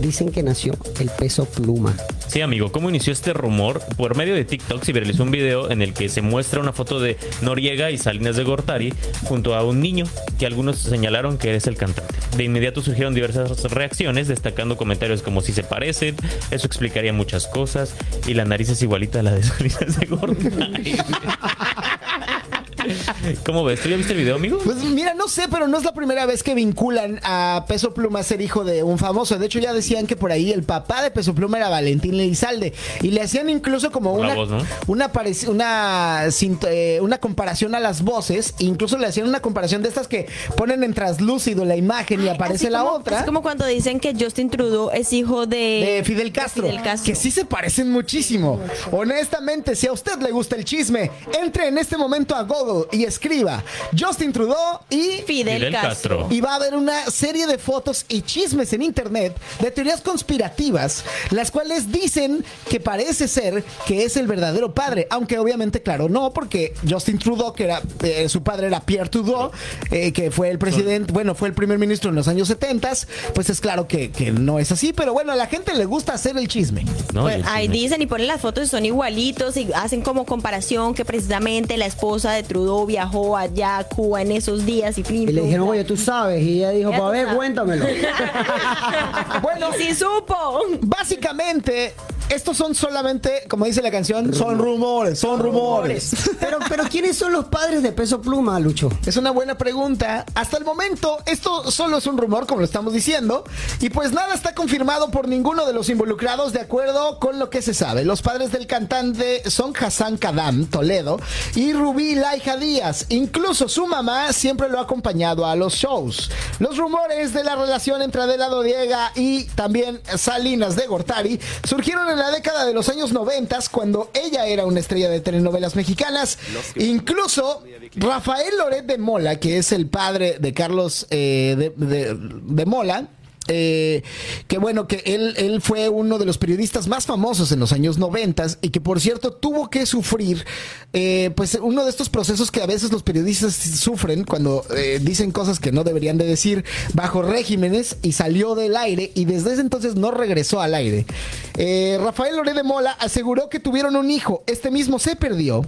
E: dicen que nació el peso pluma.
D: Sí, amigo, ¿cómo inició este rumor? Por medio de TikTok se viralizó un video en el que se muestra una foto de Noriega y Salinas de Gortari junto a un niño que algunos señalaron que es el cantante. De inmediato surgieron diversas reacciones, destacando comentarios como si se parecen, eso explicaría muchas cosas, y la nariz es igualita a la de <laughs> Salinas de Gortari. <laughs> ¿Cómo ves? ¿Tú ya viste el video, amigo?
C: Pues mira, no sé, pero no es la primera vez que vinculan a Peso Pluma a ser hijo de un famoso. De hecho, ya decían que por ahí el papá de Peso Pluma era Valentín Elizalde. Y le hacían incluso como
D: Por la
C: una,
D: voz, ¿no?
C: una, parec- una, cinta- eh, una comparación a las voces. Incluso le hacían una comparación de estas que ponen en traslúcido la imagen y aparece
B: Así
C: la
B: como-
C: otra.
B: Es como cuando dicen que Justin Trudeau es hijo de,
C: de Fidel Castro,
B: Fidel Castro.
C: que sí se parecen muchísimo. Honestamente, si a usted le gusta el chisme, entre en este momento a Google y escriba Justin Trudeau y
B: Fidel,
D: Fidel Castro.
B: Castro.
C: y va a haber una serie de fotos y chismes en internet de teorías conspirativas, las cuales dicen que parece ser que es el verdadero padre, aunque obviamente, claro, no, porque Justin Trudeau, que era eh, su padre era Pierre Trudeau, eh, que fue el presidente, bueno, fue el primer ministro en los años 70, pues es claro que, que no es así, pero bueno, a la gente le gusta hacer el chisme.
D: No,
B: Pues,
D: yo sí
B: ahí
D: me-
B: dicen y ponen las fotos y son igualitos y hacen como comparación que precisamente la esposa de Trudeau viajó allá a Cuba en esos días y
E: Y le dijeron, oye,
B: oye, <laughs>
E: tú sabes, y ella dijo, "Pues,
B: Ya tú
E: a
B: <laughs>
E: ver,
B: sabes.
E: cuéntamelo.
B: bueno, sí supo.
C: Básicamente, estos son solamente, como dice la canción, son rumores, son rumores.
E: Pero, pero ¿quiénes son los padres de Peso Pluma, Lucho?
C: Es una buena pregunta. Hasta el momento, esto solo es un rumor, como lo estamos diciendo, y pues nada está confirmado por ninguno de los involucrados de acuerdo con lo que se sabe. Los padres del cantante son Hassan Kadam, Toledo, y Rubí Laija Díaz. Incluso su mamá siempre lo ha acompañado a los shows. Los rumores de la relación entre Adela Doriega y también Salinas de Gortari surgieron en la década de los años 90 cuando ella era una estrella de telenovelas mexicanas. Incluso Rafael Loret de Mola, que es el padre de Carlos eh, de, de- de Mola, eh, que bueno, que él, él fue uno de los periodistas más famosos en los años 90 y que por cierto tuvo que sufrir eh, pues uno de estos procesos que a veces los periodistas sufren cuando eh, dicen cosas que no deberían de decir bajo regímenes y salió del aire y desde ese entonces no regresó al aire. Eh, Rafael Loré de Mola aseguró que tuvieron un hijo, este mismo se perdió.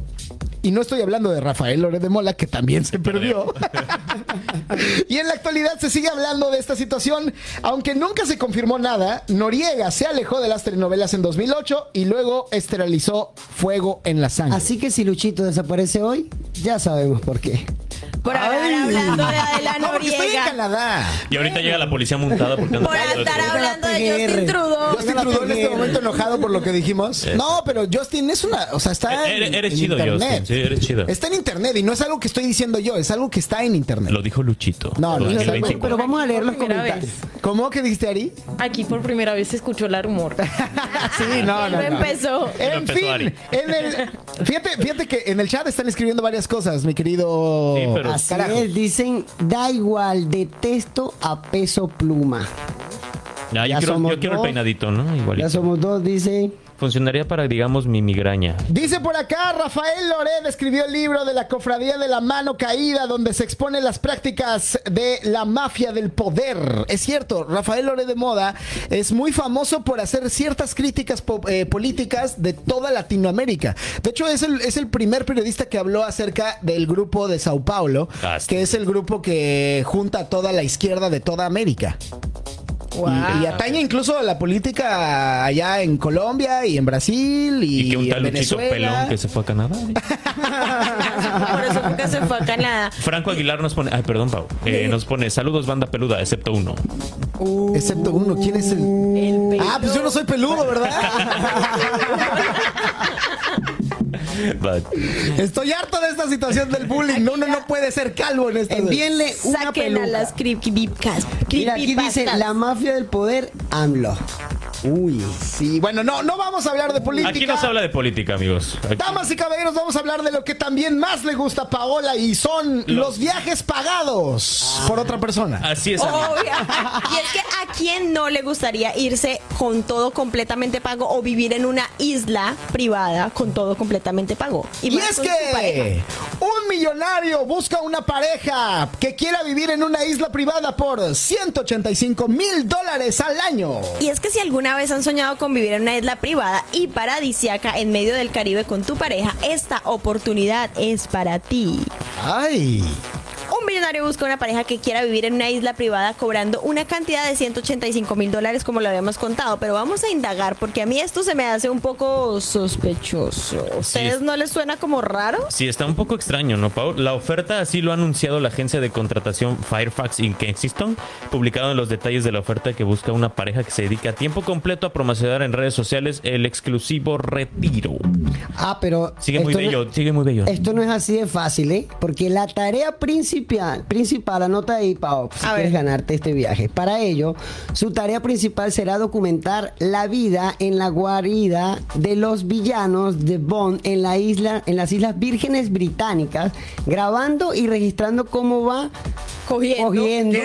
C: Y no estoy hablando de Rafael Loré de Mola, que también se perdió. Y en la actualidad se sigue hablando de esta situación, aunque nunca se confirmó nada. Noriega se alejó de las telenovelas en 2008 y luego esterilizó Fuego en la sangre.
E: Así que si Luchito desaparece hoy, ya sabemos por qué.
B: Por hablar hablando de Adela
C: Ah,
E: <laughs>
C: No, porque estoy en
B: Noriega.
C: Canadá.
D: Y ahorita llega la policía montada porque anda
B: Por
D: hablando de
B: estar
D: todo.
B: hablando de
E: PGR.
B: Justin Trudeau.
C: Justin Trudeau en este momento enojado por lo que dijimos. No, pero Justin es una, o sea, está
D: Eh, Eres-
C: en,
D: eres
C: en
D: chido,
C: internet.
D: Justin. Sí, eres chido.
C: Está en internet y no es algo que estoy diciendo yo, es algo que está en internet.
D: Lo dijo Luchito.
C: No, no, no,
E: Pero,
D: 2024.
E: pero vamos a leer los
F: Por primera
E: comentarios.
F: vez.
C: ¿Cómo que dijiste Ari?
F: Aquí por primera vez se escuchó
E: <laughs>
F: el rumor.
C: Sí, no, no.
B: Él
C: no.
B: empezó.
C: En
D: Empezó
C: fin,
D: Ari.
C: en el, fíjate, fíjate que en el chat están escribiendo varias cosas, mi querido.
D: Sí, pero-
E: Así
C: Carajo.
E: es, dicen, da igual, detesto a Peso Pluma.
D: Ah, yo
E: Ya
D: quiero,
E: somos
D: yo quiero el
E: dos.
D: peinadito, ¿no?
E: Ya
D: Igualito.
E: somos dos, dice.
D: Funcionaría para, digamos, mi migraña.
C: Dice por acá, Rafael Lored escribió el libro de la cofradía de la mano caída, donde se exponen las prácticas de la mafia del poder. Es cierto, Rafael Lored de Moda es muy famoso por hacer ciertas críticas po- eh, políticas de toda Latinoamérica. De hecho, es el, es el primer periodista que habló acerca del grupo de Sao Paulo,
D: Castro.
C: que es el grupo que junta a toda la izquierda de toda América. Y, y atañe incluso a la política allá en Colombia y en Brasil y,
D: Y que un
C: en
D: tal Luchito
C: Venezuela.
D: Pelón que se fue a
E: <laughs>
D: Canadá.
B: Por eso nunca se fue a Canadá.
D: Franco Aguilar nos pone, ay, perdón, Pau, Eh, nos pone, saludos banda peluda, excepto uno.
C: Excepto uno, ¿quién es el? Ah, pues yo no soy peludo, ¿verdad?
D: But-
C: Estoy harto de esta situación del bullying. No, no, no puede ser calvo en esta.
E: Envíenle una
B: Saquen a
E: peluca.
B: las creepypastas.
E: Mira, aquí dice, la mafia del poder, AMLO. Uy.
C: Sí, bueno, no, no vamos a hablar de política.
D: Aquí no se habla de política, amigos. Aquí-
C: Damas y caballeros, vamos a hablar de lo que también más le gusta a Paola y son los, viajes pagados por otra persona.
D: Así es. amigos.
B: Obvio. Y es que a quién no le gustaría irse con todo completamente pago o vivir en una isla privada con todo completamente pago.
C: Y
B: más
C: es
B: con su pareja.
C: que un millonario busca una pareja que quiera vivir en una isla privada por 185 mil dólares al año.
B: Y es que si alguna vez han soñado con vivir en una isla privada y paradisiaca en medio del Caribe con tu pareja, esta oportunidad es para ti.
C: Ay.
B: Un millonario busca una pareja que quiera vivir en una isla privada cobrando una cantidad de 185 mil dólares como lo habíamos contado, pero vamos a indagar porque a mí esto se me hace un poco sospechoso. ¿Ustedes no les suena como raro?
E: Oh.
D: Sí, está un poco extraño, ¿no, Pau? La oferta así lo ha anunciado la agencia de contratación Firefax in Kensington, publicado en los detalles de la oferta que busca una pareja que se dedica a tiempo completo a promocionar en redes sociales el exclusivo retiro.
E: Ah, pero.
D: Sigue muy
E: esto no-
D: bello, sigue muy bello.
E: Esto no es así de fácil, ¿eh? Porque la tarea principal, principal, anota ahí, Pao, si
B: A
E: quieres
B: ver.
E: ganarte este viaje. Para ello, su tarea principal será documentar la vida en la guarida de los villanos de Bond en la isla, en las Islas Vírgenes Británicas, grabando y registrando cómo va
B: Cogiendo.
E: cogiendo.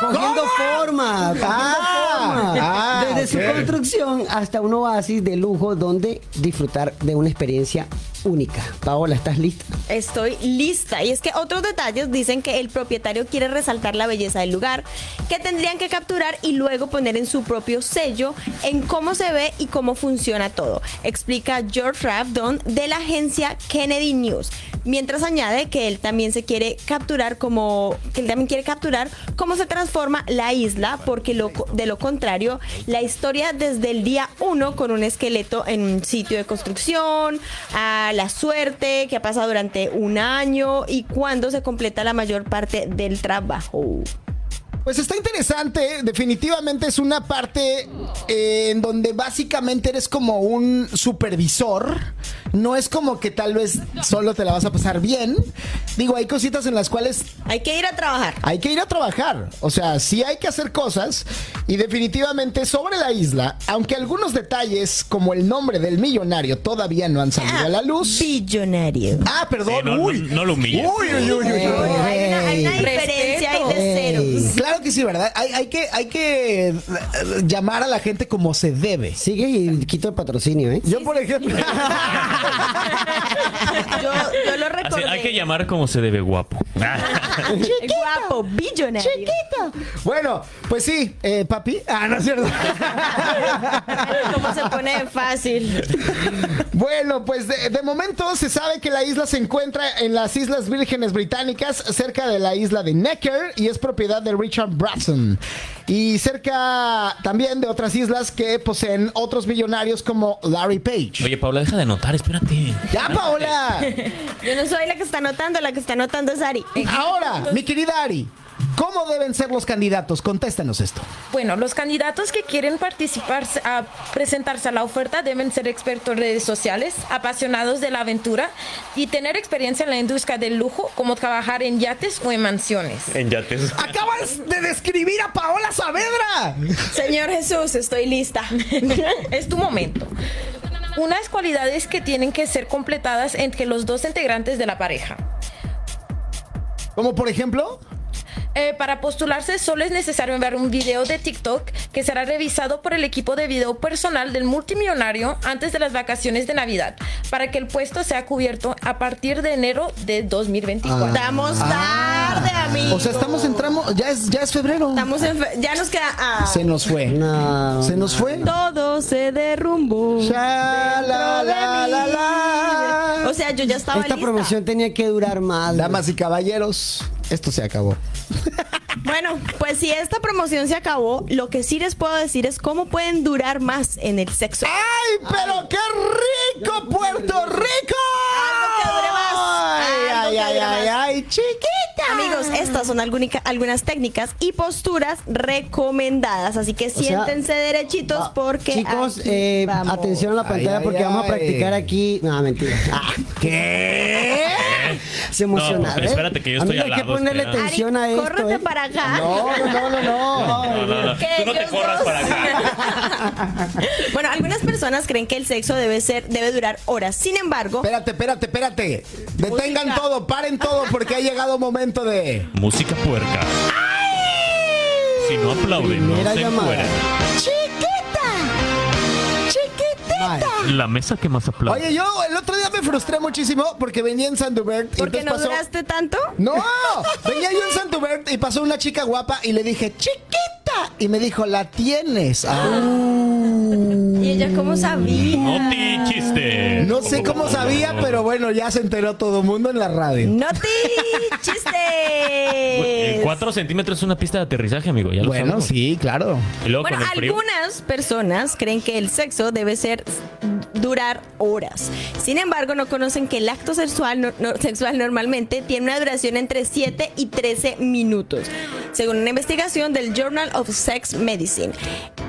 E: Cogiendo forma, cogiendo
C: Ah,
E: forma.
C: ah,
E: Desde
C: ok.
E: su construcción hasta un oasis de lujo donde disfrutar de una experiencia única. Paola, ¿estás lista?
B: Estoy lista. Y es que otros detalles dicen que el propietario quiere resaltar la belleza del lugar, que tendrían que capturar y luego poner en su propio sello en cómo se ve y cómo funciona todo. Explica George Rabdon de la agencia Kennedy News. mientras añade que él también se quiere capturar como que él también quiere capturar cómo se transforma la isla porque lo co- de lo contrario la historia desde el día uno con un esqueleto en un sitio de construcción, a la suerte que ha pasado durante un año y cuando se completa la mayor parte del trabajo.
C: Pues está interesante, ¿eh? definitivamente es una parte eh, en donde básicamente eres como un supervisor, no es como que tal vez solo te la vas a pasar bien, digo, hay cositas en las cuales
B: Hay que ir a trabajar.
C: hay que ir a trabajar. O sea, sí hay que hacer cosas. Y definitivamente sobre la isla, aunque algunos detalles como el nombre del millonario todavía no han salido a la luz.
B: Billonario.
C: Ah, perdón.
D: Sí, no,
C: uy.
D: no- no lo humilles.
C: Uy, uy, uy, uy, uy.
B: No, hay una, hay una
F: Ey.
B: diferencia ahí de
E: Respeto.
B: ceros.
C: Claro que sí, ¿verdad? Hay, hay que, hay que eh, llamar a la gente como se debe.
E: Sigue y quito el patrocinio, ¿eh?
C: Yo, por ejemplo.
B: <laughs> Yo, yo lo
D: Así,
B: recordé.
D: hay que llamar como se debe, guapo. Ah.
B: Guapo, billonario. Chiquito.
C: bueno, pues sí, eh, papi. Ah, no es cierto. <laughs>
B: ¿Cómo se pone de fácil?
C: Bueno, pues de, de momento se sabe que la isla se encuentra en las Islas Vírgenes Británicas, cerca de la isla de Necker, y es propiedad de Richard Branson. Y cerca también de otras islas que poseen otros millonarios como Larry Page.
D: Oye, Paula, deja de anotar, espérate.
C: ¡Ya, Paola!
B: Yo no soy la que está anotando, la que está anotando es Ari.
C: Ahora, mi querida Ari, ¿cómo deben ser los candidatos? Contéstanos esto.
F: Bueno, los candidatos que quieren participar a presentarse a la oferta deben ser expertos en redes sociales, apasionados de la aventura y tener experiencia en la industria del lujo, como trabajar en yates o en mansiones.
D: En yates.
C: ¡Acabas de describir a Paola Saavedra!
B: Señor Jesús, estoy lista.
F: <laughs> es tu momento. Unas cualidades que tienen que ser completadas entre los dos integrantes de la pareja.
C: Como por ejemplo,
F: Eh, para postularse solo es necesario enviar un video de TikTok que será revisado por el equipo de video personal del multimillonario antes de las vacaciones de Navidad para que el puesto sea cubierto a partir de enero de 2024.
C: Ah.
B: Estamos
E: Ah.
B: tarde, amigo.
C: o sea, estamos entramos, ya es, ya es febrero.
B: Estamos en fe- Ya nos queda. ah,
C: Se nos fue.
E: No.
C: Se nos fue.
B: Todo se derrumbó.
C: Sha, la, la, la, la.
B: O sea, yo ya estaba
E: Esta
B: lista.
E: promoción tenía que durar más.
C: Damas y caballeros, esto se acabó.
B: Bueno, pues si esta promoción se acabó, lo que sí les puedo decir es cómo pueden durar más en el sexo.
C: ¡Ay, pero qué rico Puerto Rico!
B: Algo que dure más.
C: ¡Ay,
B: Algo
C: ay,
B: que
C: ay,
B: dure
C: ay,
B: más.
C: ay, chiquita!
B: Amigos, estas son algunica- algunas técnicas y posturas recomendadas, así que
E: sea,
B: siéntense derechitos
E: Ah,
B: porque
E: Chicos,
B: aquí
E: eh,
B: vamos.
E: atención a la
C: Ay,
E: pantalla
C: ay,
E: porque vamos a
C: ay.
E: practicar aquí. No, mentira. Ah,
C: ¿Qué?
E: se emocionaron. ¿eh?
D: pues, espérate que yo estoy
E: Amiga,
D: al
E: hay
D: lado,
E: que ponerle
D: espera.
B: Ari,
E: atención a esto.
B: córrete
E: ¿eh?
B: para acá.
C: No, no, no, no.
D: No, no, no. Tú
B: Que
D: no te
B: ellos
D: corras
B: dos-
D: para acá.
B: <laughs> bueno, algunas personas creen que el sexo debe ser debe durar horas. Sin embargo,
C: Espérate, espérate, espérate. Detengan
B: Música.
C: todo, paren todo porque ha llegado momento de.
D: Música puerca. Si no aplauden, no
E: Primera
D: se
E: llamada.
D: encueran.
E: Bye.
D: La mesa que más aplaude.
C: Oye, yo el otro día me frustré muchísimo porque venía en Sandubert. y
B: porque
C: entonces
B: no
C: pasó-
B: duraste tanto?
C: No, venía yo en Santubert y pasó una chica guapa y le dije, chiquita. Y me dijo, la tienes. Ah,
B: ¿Y ella cómo sabía?
D: No te chiste.
C: no sé cómo sabía, pero bueno, ya se enteró todo el mundo en la radio.
D: Mm.
B: ¡No
D: <laughs>
B: te chistes!
D: 4 centímetros es una pista de aterrizaje, amigo. Ya lo
C: Bueno,
D: sabemos.
C: sí, claro.
D: Y luego
B: Bueno,
D: con el frío.
B: algunas personas creen que el sexo debe ser durar horas. Sin embargo, no conocen que el acto sexual, no- no- sexual normalmente tiene una duración entre 7 y 13 minutos, según una investigación del Journal of Sex Medicine,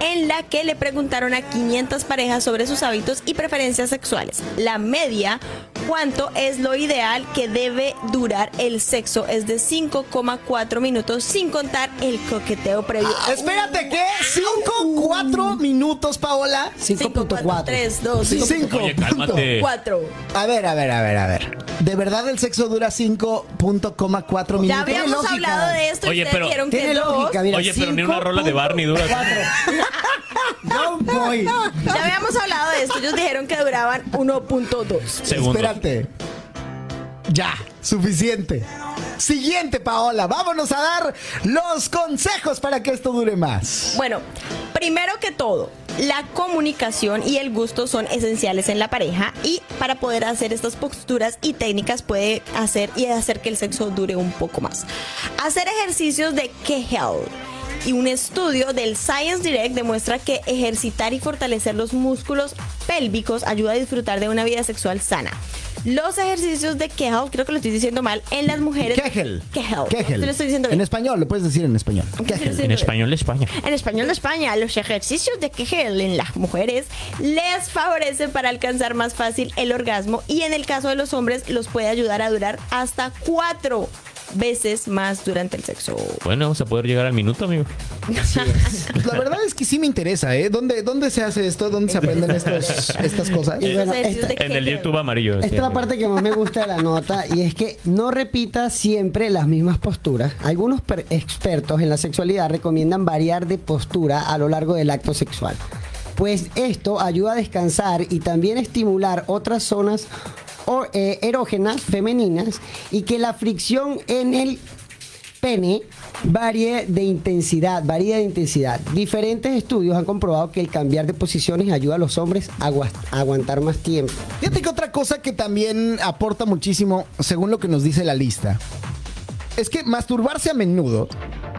B: en la que le preguntaron a 500 parejas sobre sus hábitos y preferencias sexuales. La media, cuánto es lo ideal que debe durar el sexo, es de 5,4 minutos, sin contar el coqueteo previo.
C: Ah, Espérate, ¿qué? Cinco, cuatro minutos, Paola.
E: 5.4.
B: 3, 2,
C: Sí,
B: 5,
C: cinco.
D: Oye,
C: punto.
D: cálmate.
E: Eh.
B: 4.
C: A ver, a ver, a ver, a ver. ¿De verdad el sexo dura 5.4 minutos?
B: Ya habíamos
E: lógica.
B: hablado de esto
D: Oye,
B: y ustedes
D: pero-
B: dijeron que
E: Tiene lógica, mira.
D: Oye, pero ni una rola de Barney dura.
C: <laughs>
E: No voy.
B: dos. <laughs> Ya habíamos hablado de esto, ellos dijeron que duraban 1.2.
D: Segundo.
C: Espérate. Ya. Suficiente. Siguiente, Paola. Vámonos a dar los consejos para que esto dure más.
B: Bueno, primero que todo, la comunicación y el gusto son esenciales en la pareja y para poder hacer estas posturas y técnicas puede hacer y hacer que el sexo dure un poco más. Hacer ejercicios de Kegel. Y un estudio del Science Direct demuestra que ejercitar y fortalecer los músculos pélvicos ayuda a disfrutar de una vida sexual sana. Los ejercicios de Kegel, creo que lo estoy diciendo mal, en las mujeres.
C: Kegel.
B: Kegel.
C: Kegel.
B: Te lo estoy diciendo
C: En
B: bien.
C: español, lo puedes decir en español.
B: Te lo estoy
D: En
B: diciendo bien.
D: español de España.
B: En español de España, los ejercicios de Kegel en las mujeres les favorece para alcanzar más fácil el orgasmo y en el caso de los hombres los puede ayudar a durar hasta cuatro veces más durante el sexo.
D: Bueno, vamos a poder llegar al minuto, amigo.
C: Pues la verdad es que sí me interesa, ¿eh? ¿Dónde, dónde se hace esto? ¿Dónde
B: <laughs>
C: se aprenden estos- estas cosas?
E: Y bueno,
B: Los ejercicios
E: esta-
B: de
D: En el
B: Kegel.
D: YouTube amarillo.
E: Esta
D: sí,
E: es la
D: amigo.
E: parte que más me gusta de la nota y es que no repita siempre las mismas posturas. Algunos per- expertos en la sexualidad recomiendan variar de postura a lo largo del acto sexual, pues esto ayuda a descansar y también estimular otras zonas o- eh, erógenas femeninas y que la fricción en el pene varía de intensidad, varía de intensidad. Diferentes estudios han comprobado que el cambiar de posiciones ayuda a los hombres a aguas- a aguantar más tiempo.
C: Fíjate que otra cosa que también aporta muchísimo, según lo que nos dice la lista, es que masturbarse a menudo.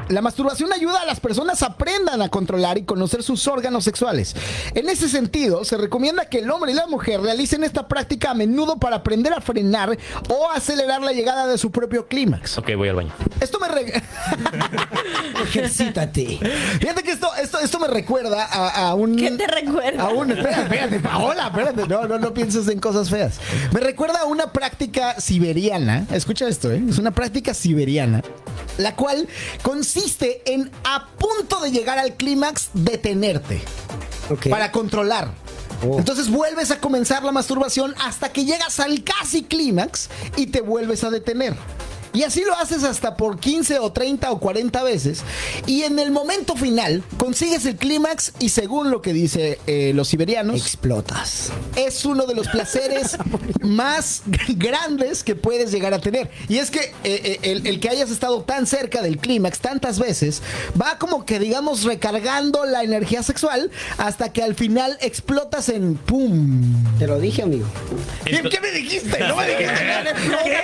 C: La masturbación ayuda a las personas aprendan a controlar y conocer sus órganos sexuales. En ese sentido, se recomienda que el hombre y la mujer realicen esta práctica a menudo para aprender a frenar o acelerar la llegada de su propio clímax.
D: Ok, voy al baño.
C: Esto me re- <laughs>
G: Ejercítate.
C: Fíjate que esto, esto, esto me recuerda a, a un.
B: ¿Qué te recuerda?
C: A un. Ah, Espérate, espérate, Paola, espérate. No, no, no pienses en cosas feas. Me recuerda a una práctica siberiana. Escucha esto, ¿eh? Es una práctica siberiana. La cual consiste en a punto de llegar al clímax, detenerte.
E: Ok.
C: Para controlar.
E: Oh.
C: Entonces vuelves a comenzar la masturbación hasta que llegas al casi clímax y te vuelves a detener. Y así lo haces hasta por 15 o 30 o 40 veces. Y en el momento final consigues el clímax y según lo que dice eh, los siberianos,
E: Pues, explotas.
C: es uno de los placeres más grandes que puedes llegar a tener. Y es que eh, eh, el, el que hayas estado tan cerca del clímax tantas veces va como que, digamos, recargando la energía sexual hasta que al final explotas en ¡pum!
E: Te lo dije, amigo.
C: ¿Qué, qué me dijiste? No me
D: <laughs>
C: dijiste nada. ¿Qué?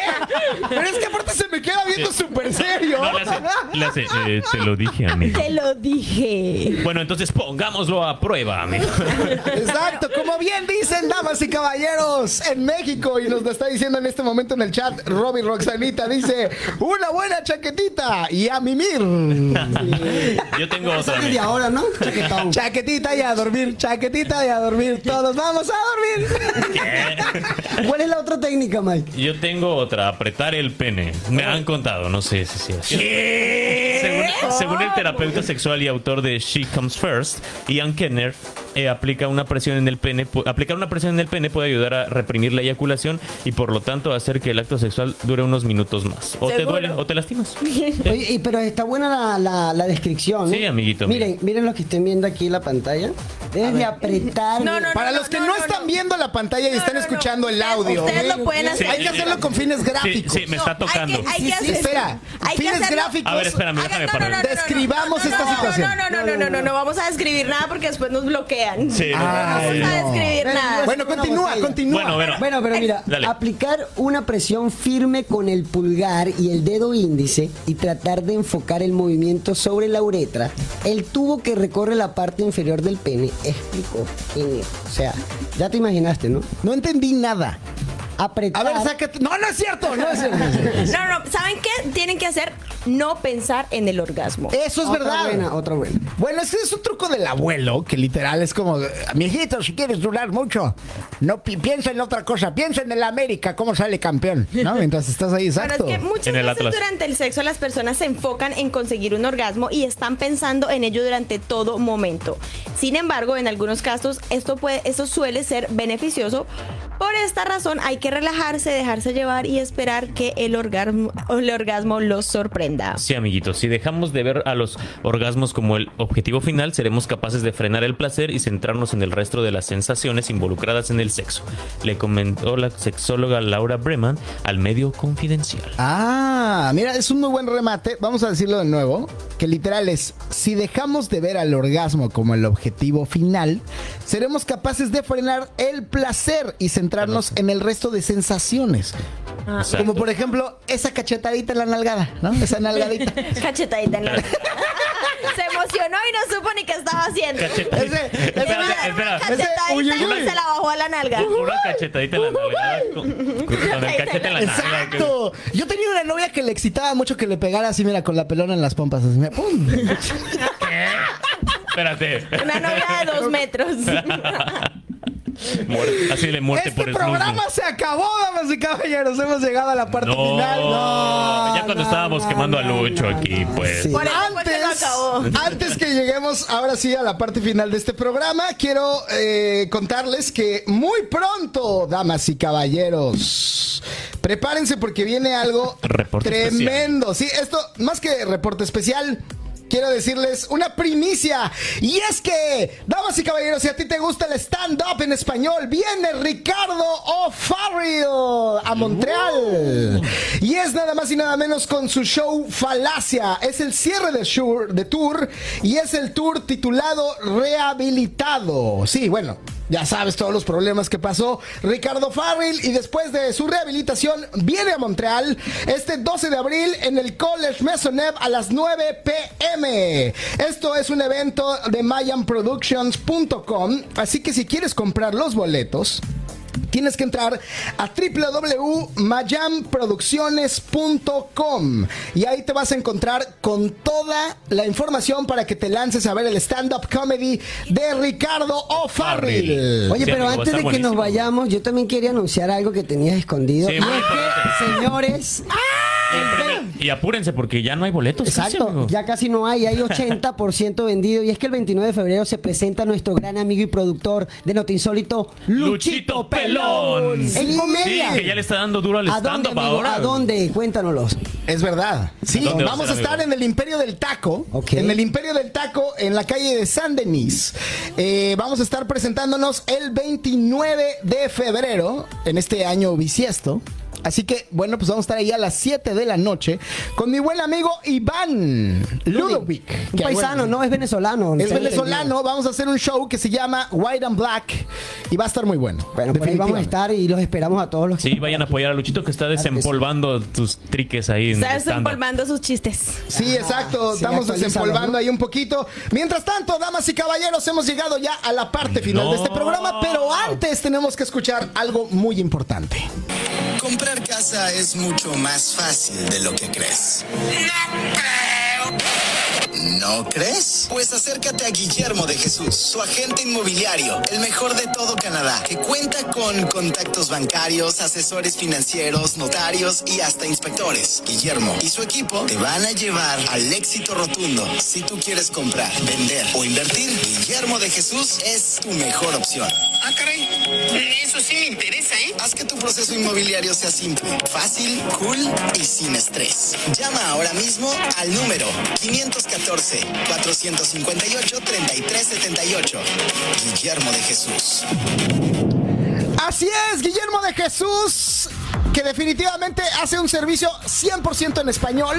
C: Pero es que aparte se me queda viendo súper serio.
D: No, le hace- le hace, eh, te lo dije, amigo.
B: Te lo dije.
D: Bueno, entonces pongámoslo a prueba, amigo.
C: Exacto, como bien dicen damas y caballeros en México y nos lo está diciendo en este momento en el chat Robbie Roxanita dice una buena chaquetita y a mimir
D: Yo tengo otra.
E: Sale de
D: amigo. <laughs>
E: ahora, ¿no? Chaquetón.
C: chaquetita y a dormir chaquetita y a dormir todos vamos a dormir
E: ¿Cuál es la otra técnica, Mike?
D: Yo tengo otra, apretar el pene. Me han contado, no sé si es cierto. Según, según el terapeuta sexual y autor de She Comes First, Ian Kenner, eh, aplica una presión en el pene. pu- Aplicar una presión en el pene puede ayudar a reprimir la eyaculación y por lo tanto hacer que el acto sexual dure unos minutos más. O te
B: ¿Seguro?
D: duele o te
B: <laughs>
D: lastimas.
E: Oye, y- pero está buena la, la- la descripción. ¿eh?
D: Eh. Sí, amiguito,
E: Miren,
D: mira.
E: miren lo que estén viendo aquí en la pantalla. Debes de apretar.
B: No, no,
C: para los que no, están viendo la pantalla y
B: No,
C: están
B: no, no.
C: escuchando el
B: Ustedes-
C: audio
B: Ustedes lo pueden hacer.
C: hay que hacerlo con fines
D: Sí,
C: gráficos
D: sí, me está
B: No, hay
D: tocando.
B: que- hay
C: Sí,
B: que
C: sí,
B: hacer-
C: espera
B: hay que
C: fines
B: hacerlo.
C: gráficos
D: A ver, espérame,
B: Hagan-
D: déjame
B: no, no,
D: parar.
B: no, no, no, no,
C: Describamos
B: no,
C: esta
B: no,
C: situación.
B: No, no, no, no, no, no vamos a describir nada porque después nos bloquean.
D: Sí, no,
C: Ay,
B: no vamos a
C: no.
B: describir nada.
C: bueno continúa
E: Bueno,
C: continúa
D: Bueno, bueno.
E: Bueno, pero mira,
D: <laughs> Dale.
E: aplicar una presión firme con el pulgar y el dedo índice y tratar de enfocar el movimiento sobre la uretra, el tubo que recorre la parte inferior del pene, explicó Kenner. O sea, ya te imaginaste, ¿no?
C: no entendí nada
E: Apretar.
C: a ver sácate no no es cierto no <laughs>
E: <laughs>
C: es cierto
B: No, no, ¿saben qué tienen que hacer? No pensar en el orgasmo.
C: eso es
E: otra
C: verdad
E: buena, otra buena.
C: Bueno, ese es un truco del abuelo que literal es como, mijito, si quieres durar mucho, no pi- piensa en otra cosa, piensa en el América, cómo sale campeón,
B: <laughs>
C: ¿no? Mientras estás ahí,
B: Bueno, es
C: exacto.
B: que muchas
D: En el
B: veces
D: Atlas.
B: durante el sexo las personas se enfocan en conseguir un orgasmo y están pensando en ello durante todo momento. Sin embargo, en algunos casos esto puede, esto suele ser beneficioso. Por esta razón hay que relajarse, dejarse llevar y esperar que el orgasmo, el orgasmo los prenda.
D: Sí, amiguitos, si dejamos de ver a los orgasmos como el objetivo final, seremos capaces de frenar el placer y centrarnos en el resto de las sensaciones involucradas en el sexo, le comentó la sexóloga Laura Breman al medio confidencial.
C: Ah, mira, es un muy buen remate. Vamos a decirlo de nuevo, que literal es, si dejamos de ver al orgasmo como el objetivo final, seremos capaces de frenar el placer y centrarnos en el resto de sensaciones.
D: Exacto.
C: Como por ejemplo, esa cachetadita en la nalgada, ¿no? Esa nalgadita.
B: Cachetadita en
D: <laughs>
B: la- Se emocionó y no supo ni qué estaba haciendo.
D: Cacheta-
C: Ese-
B: Le
D: Espérate,
B: mandó una
D: espera.
B: Cachetadita
C: Uy, uy,
B: y
C: uy.
B: se la bajó a la nalga.
D: Una cachetadita en la nalga. Con, con el cachete en <laughs> la nalga.
C: Exacto. Yo tenía una novia que le excitaba mucho que le pegara así, mira, con la pelona en las pompas. Así, mira, ¡pum!
D: Espérate.
B: Una novia de dos metros.
D: Muerte- Así le <laughs> muerte
C: Este
D: por el
C: programa
D: muslo.
C: se acabó, damas y caballeros. Hemos llegado a la parte
D: No,
C: final.
D: ya cuando
C: no,
D: estábamos
C: no,
D: quemando
C: no,
D: a Lucho
C: no,
D: aquí,
C: no.
D: pues.
C: Sí.
B: Por eso fue que lo
C: Antes,
B: acabó.
C: <laughs> antes que lleguemos ahora sí a la parte final de este programa, quiero eh, contarles que muy pronto, damas y caballeros, prepárense porque viene algo
D: Reporte
C: tremendo. Sí, esto más que reporte especial. Quiero decirles una primicia. Y es que, damas y caballeros, si a ti te gusta el stand-up en español, viene Ricardo O'Farrill a Montreal. Y es nada más y nada menos con su show Falacia. Es el cierre de, show- de tour y es el tour titulado Rehabilitado. Sí, bueno, ya sabes todos los problemas que pasó Ricardo Farril y después de su rehabilitación viene a Montreal este 12 de abril en el College Maisonneuve a las 9 pm. Esto es un evento de mayanproductions.com, así que si quieres comprar los boletos, Tienes que entrar a www.mayamproducciones.com y ahí te vas a encontrar con toda la información para que te lances a ver el stand-up comedy de Ricardo O'Farrill.
E: Oye,
D: Sí,
E: pero
D: amigo,
E: antes
D: está
E: de que nos
D: buenísimo.
E: vayamos, yo también quería anunciar algo que tenías escondido.
D: Sí,
E: y es
D: muy
E: que,
D: importante.
E: señores,
C: Ah,
D: Y apúrense porque ya no hay boletos.
C: pues
D: casi,
E: Exacto,
D: amigo.
E: ya casi no hay, hay 80% vendido y es que el 29 de febrero se presenta nuestro gran amigo y productor de Noti Insólito, Luchito,
D: Luchito Pelón.
E: Pelón. En
D: Sí,
E: comedia.
D: que ya le está dando duro al
E: ¿A dónde,
D: stand-up
E: amigo?
D: ahora.
E: ¿A dónde? Cuéntanoslos.
C: Es verdad. Sí,
D: dónde va a
C: vamos a
D: ser,
C: estar en
D: amigo?
C: el Imperio del Taco.
E: Ok.
C: En el Imperio del Taco, en la calle de San Denis. Eh, vamos a estar presentándonos el 29 de febrero, en este año bisiesto. Así que, bueno, pues vamos a estar ahí a las 7 de la noche con mi buen amigo Iván Ludovic.
E: Un
C: que,
E: paisano,
C: bueno,
E: no, es venezolano.
C: Es
E: Tengo
C: venezolano.
E: entendido.
C: Vamos a hacer un show que se llama White and Black y va a estar muy bueno.
E: Bueno, por ahí vamos
C: definitivamente.
E: a estar y los esperamos a todos los
D: Sí, vayan a apoyar a Luchito que está desempolvando tus triques ahí. En el
B: Está
D: stand-up.
B: desenvolvando sus chistes.
C: Sí, exacto.
E: Ah, sí,
C: Estamos
E: actualízalo,
C: desempolvando
E: ¿no?
C: ahí un poquito. Mientras tanto, damas y caballeros, hemos llegado ya a la parte final de este
D: No.
C: programa, pero antes tenemos que escuchar algo muy importante.
H: Comprar casa es mucho más fácil de lo que crees. No crees? Pues acércate a Guillermo de Jesús, su agente inmobiliario, el mejor de todo Canadá, que cuenta con contactos bancarios, asesores financieros, notarios y hasta inspectores. Guillermo y su equipo te van a llevar al éxito rotundo. Si tú quieres comprar, vender o invertir, Guillermo de Jesús es tu mejor opción.
I: Ah, caray. Eso sí me interesa, ¿eh?
H: Haz que tu proceso inmobiliario sea simple, fácil, cool y sin estrés. Llama ahora mismo al número 514-458-3378. Guillermo de Jesús.
C: Así es, Guillermo de Jesús, que definitivamente hace un servicio 100% en español.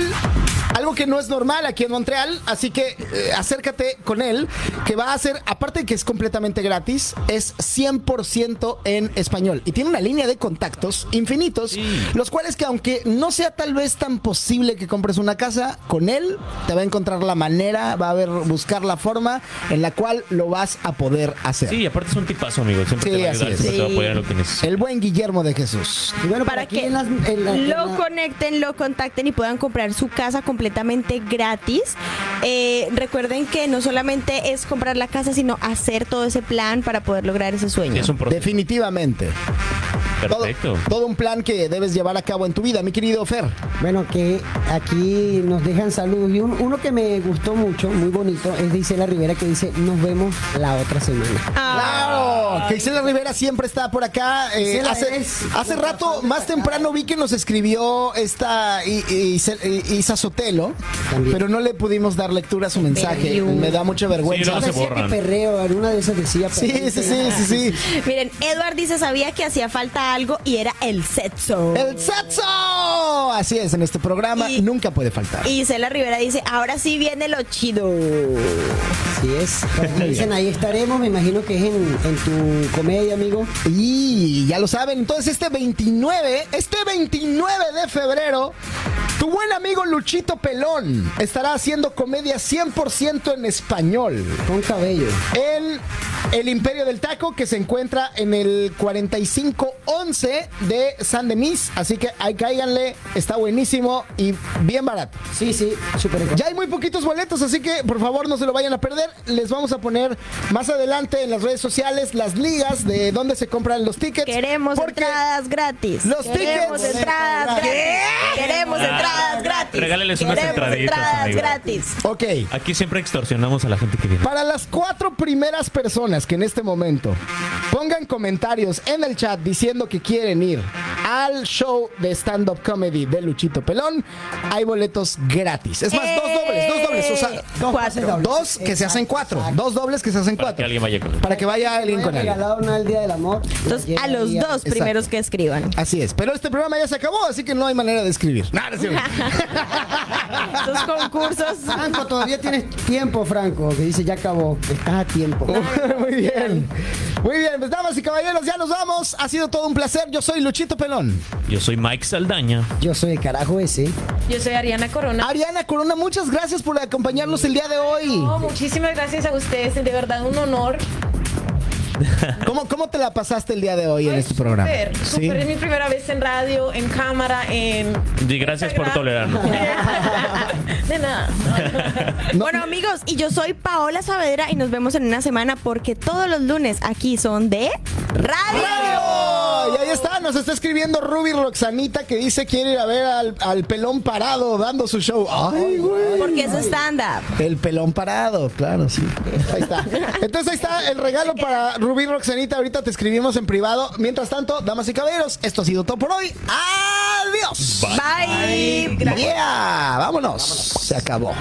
C: Algo que no es normal aquí en Montreal, así que eh, acércate con él, que va a hacer, aparte de que es completamente gratis, es 100% en español. Y tiene una línea de contactos infinitos, los cuales que aunque no sea tal vez tan posible que compres una casa, con él te va a encontrar la manera, va a haber, buscar la forma en la cual lo vas a poder hacer.
D: Sí, aparte es un tipazo, amigo. Siempre
C: Sí,
D: te va a
C: así
D: ayudar,
C: es.
D: siempre te va a
B: Sí.
D: apoyar en lo que necesites.
C: El buen Guillermo de Jesús.
E: Y bueno, por
B: Para
E: aquí
B: que
E: en las- en la- en
B: lo
E: la-
B: conecten, lo contacten y puedan comprar su casa completamente gratis. Eh, recuerden que no solamente es comprar la casa, sino hacer todo ese plan para poder lograr ese sueño.
D: Sí, es un proceso.
C: Definitivamente. Todo-
D: Perfecto.
C: Todo, un plan que debes llevar a cabo en tu vida, mi querido Fer.
E: Bueno, que aquí nos dejan saludos. Y un- uno que me gustó mucho, muy bonito, es de Isela Rivera que dice, nos vemos la otra semana.
B: Ah,
C: ¡Claro! que Isela Rivera siempre está por acá. Eh,
E: Isela
C: hace,
E: es
C: hace
E: una
C: rato,
E: fan
C: más temprano, vi que nos escribió esta I- I- Isel- I- Isa Sotelo,
E: También.
C: pero no le pudimos dar lectura a su mensaje.
E: Perdió.
C: Me da mucha
D: Sí,
C: vergüenza.
D: luego se
E: Decía que
D: borran.
E: perreo, alguna de esas decía
C: Sí,
E: perreo.
C: sí, sí, sí, sí.
B: Miren, Edward dice sabía que hacía falta algo y era el sexo.
E: Eh.
C: ¡El sexo! Así es, en este programa
B: Y-
C: nunca puede faltar.
B: Y Cela Rivera dice, ahora sí viene lo chido.
E: Así es.
D: <laughs>
E: Como dicen, ahí estaremos. Me imagino que es en, en tu comedia, amigo.
C: Y ya lo saben, entonces este 29, este 29 de febrero, tu buen amigo Luchito Pelón estará haciendo comedia 100% en español
E: Con cabello.
C: en El Imperio del Taco que se encuentra en el 4511 de San Denis, así que ahí cáiganle, está buenísimo y bien barato.
E: Sí, sí, súper económico.
C: Ya hay muy poquitos boletos, así que por favor no se lo vayan a perder. Les vamos a poner más adelante en las redes sociales las ligas de dónde se compran los tickets.
B: Queremos
C: porque
B: entradas gratis.
C: los
B: Queremos
C: tickets-
B: entradas
C: ¿Qué?
B: gratis. Queremos
D: Ah,
B: entradas gratis.
D: regáleles unas
B: Queremos
D: entraditas,
B: entradas
D: amigo.
B: gratis.
C: Ok.
D: Aquí siempre extorsionamos a la gente que viene.
C: Para las cuatro primeras personas que en este momento pongan comentarios en el chat diciendo que quieren ir al show de stand-up comedy de Luchito Pelón, hay boletos gratis. Es más, dos dobles, dos dobles. O sea,
E: Eh,
B: Cuatro.
E: Dos pases dobles.
C: dos que se hacen cuatro. Dos dobles que se hacen
D: Para que
C: cuatro.
D: alguien vaya con él.
C: Para que vaya alguien
E: No
C: con
E: he
C: alguien.
E: regalado nada el día del amor.
B: Entonces,
E: Ayer
B: a los
E: día-
B: dos primeros que escriban.
C: Así es, pero este programa ya se acabó, así que no hay manera de escribir. Nada, sí.
B: Estos concursos.
E: Franco, todavía tienes tiempo, Franco. Que dice, ya acabó. Estás a tiempo.
C: <laughs>
D: Oh.
C: Muy bien. Muy bien, pues damas y caballeros, ya nos vamos. Ha sido todo un placer. Yo soy Luchito Pelón.
D: Yo soy Mike Saldaña.
E: Yo soy el carajo ese.
F: Yo soy Ariana Corona.
C: Ariana Corona, muchas gracias por acompañarnos el día de hoy.
F: Oh, muchísimas gracias a ustedes, de verdad un honor.
C: ¿Cómo, cómo te la pasaste el día de hoy en este programa?
F: Súper,
C: Sí.
F: súper. Es mi primera vez en radio, en cámara, en.
D: Y gracias por
F: Instagram.
D: tolerarnos.
F: <laughs> De nada.
B: Bueno, amigos, y yo soy Paola Saavedra y nos vemos en una semana porque todos los lunes aquí son de
C: ¡Radio! Y ahí está, nos está escribiendo Ruby Roxanita que dice quiere ir a ver al, al pelón parado dando su show. ¡Ay, güey!
B: Porque es stand-up.
C: El pelón parado, claro, sí. Ahí está. Entonces ahí está el regalo para Rubí Roxanita. Ahorita te escribimos en privado. Mientras tanto, damas y caballeros, esto ha sido todo por hoy. ¡Adiós!
B: Bye.
C: Yeah, vámonos. Se acabó.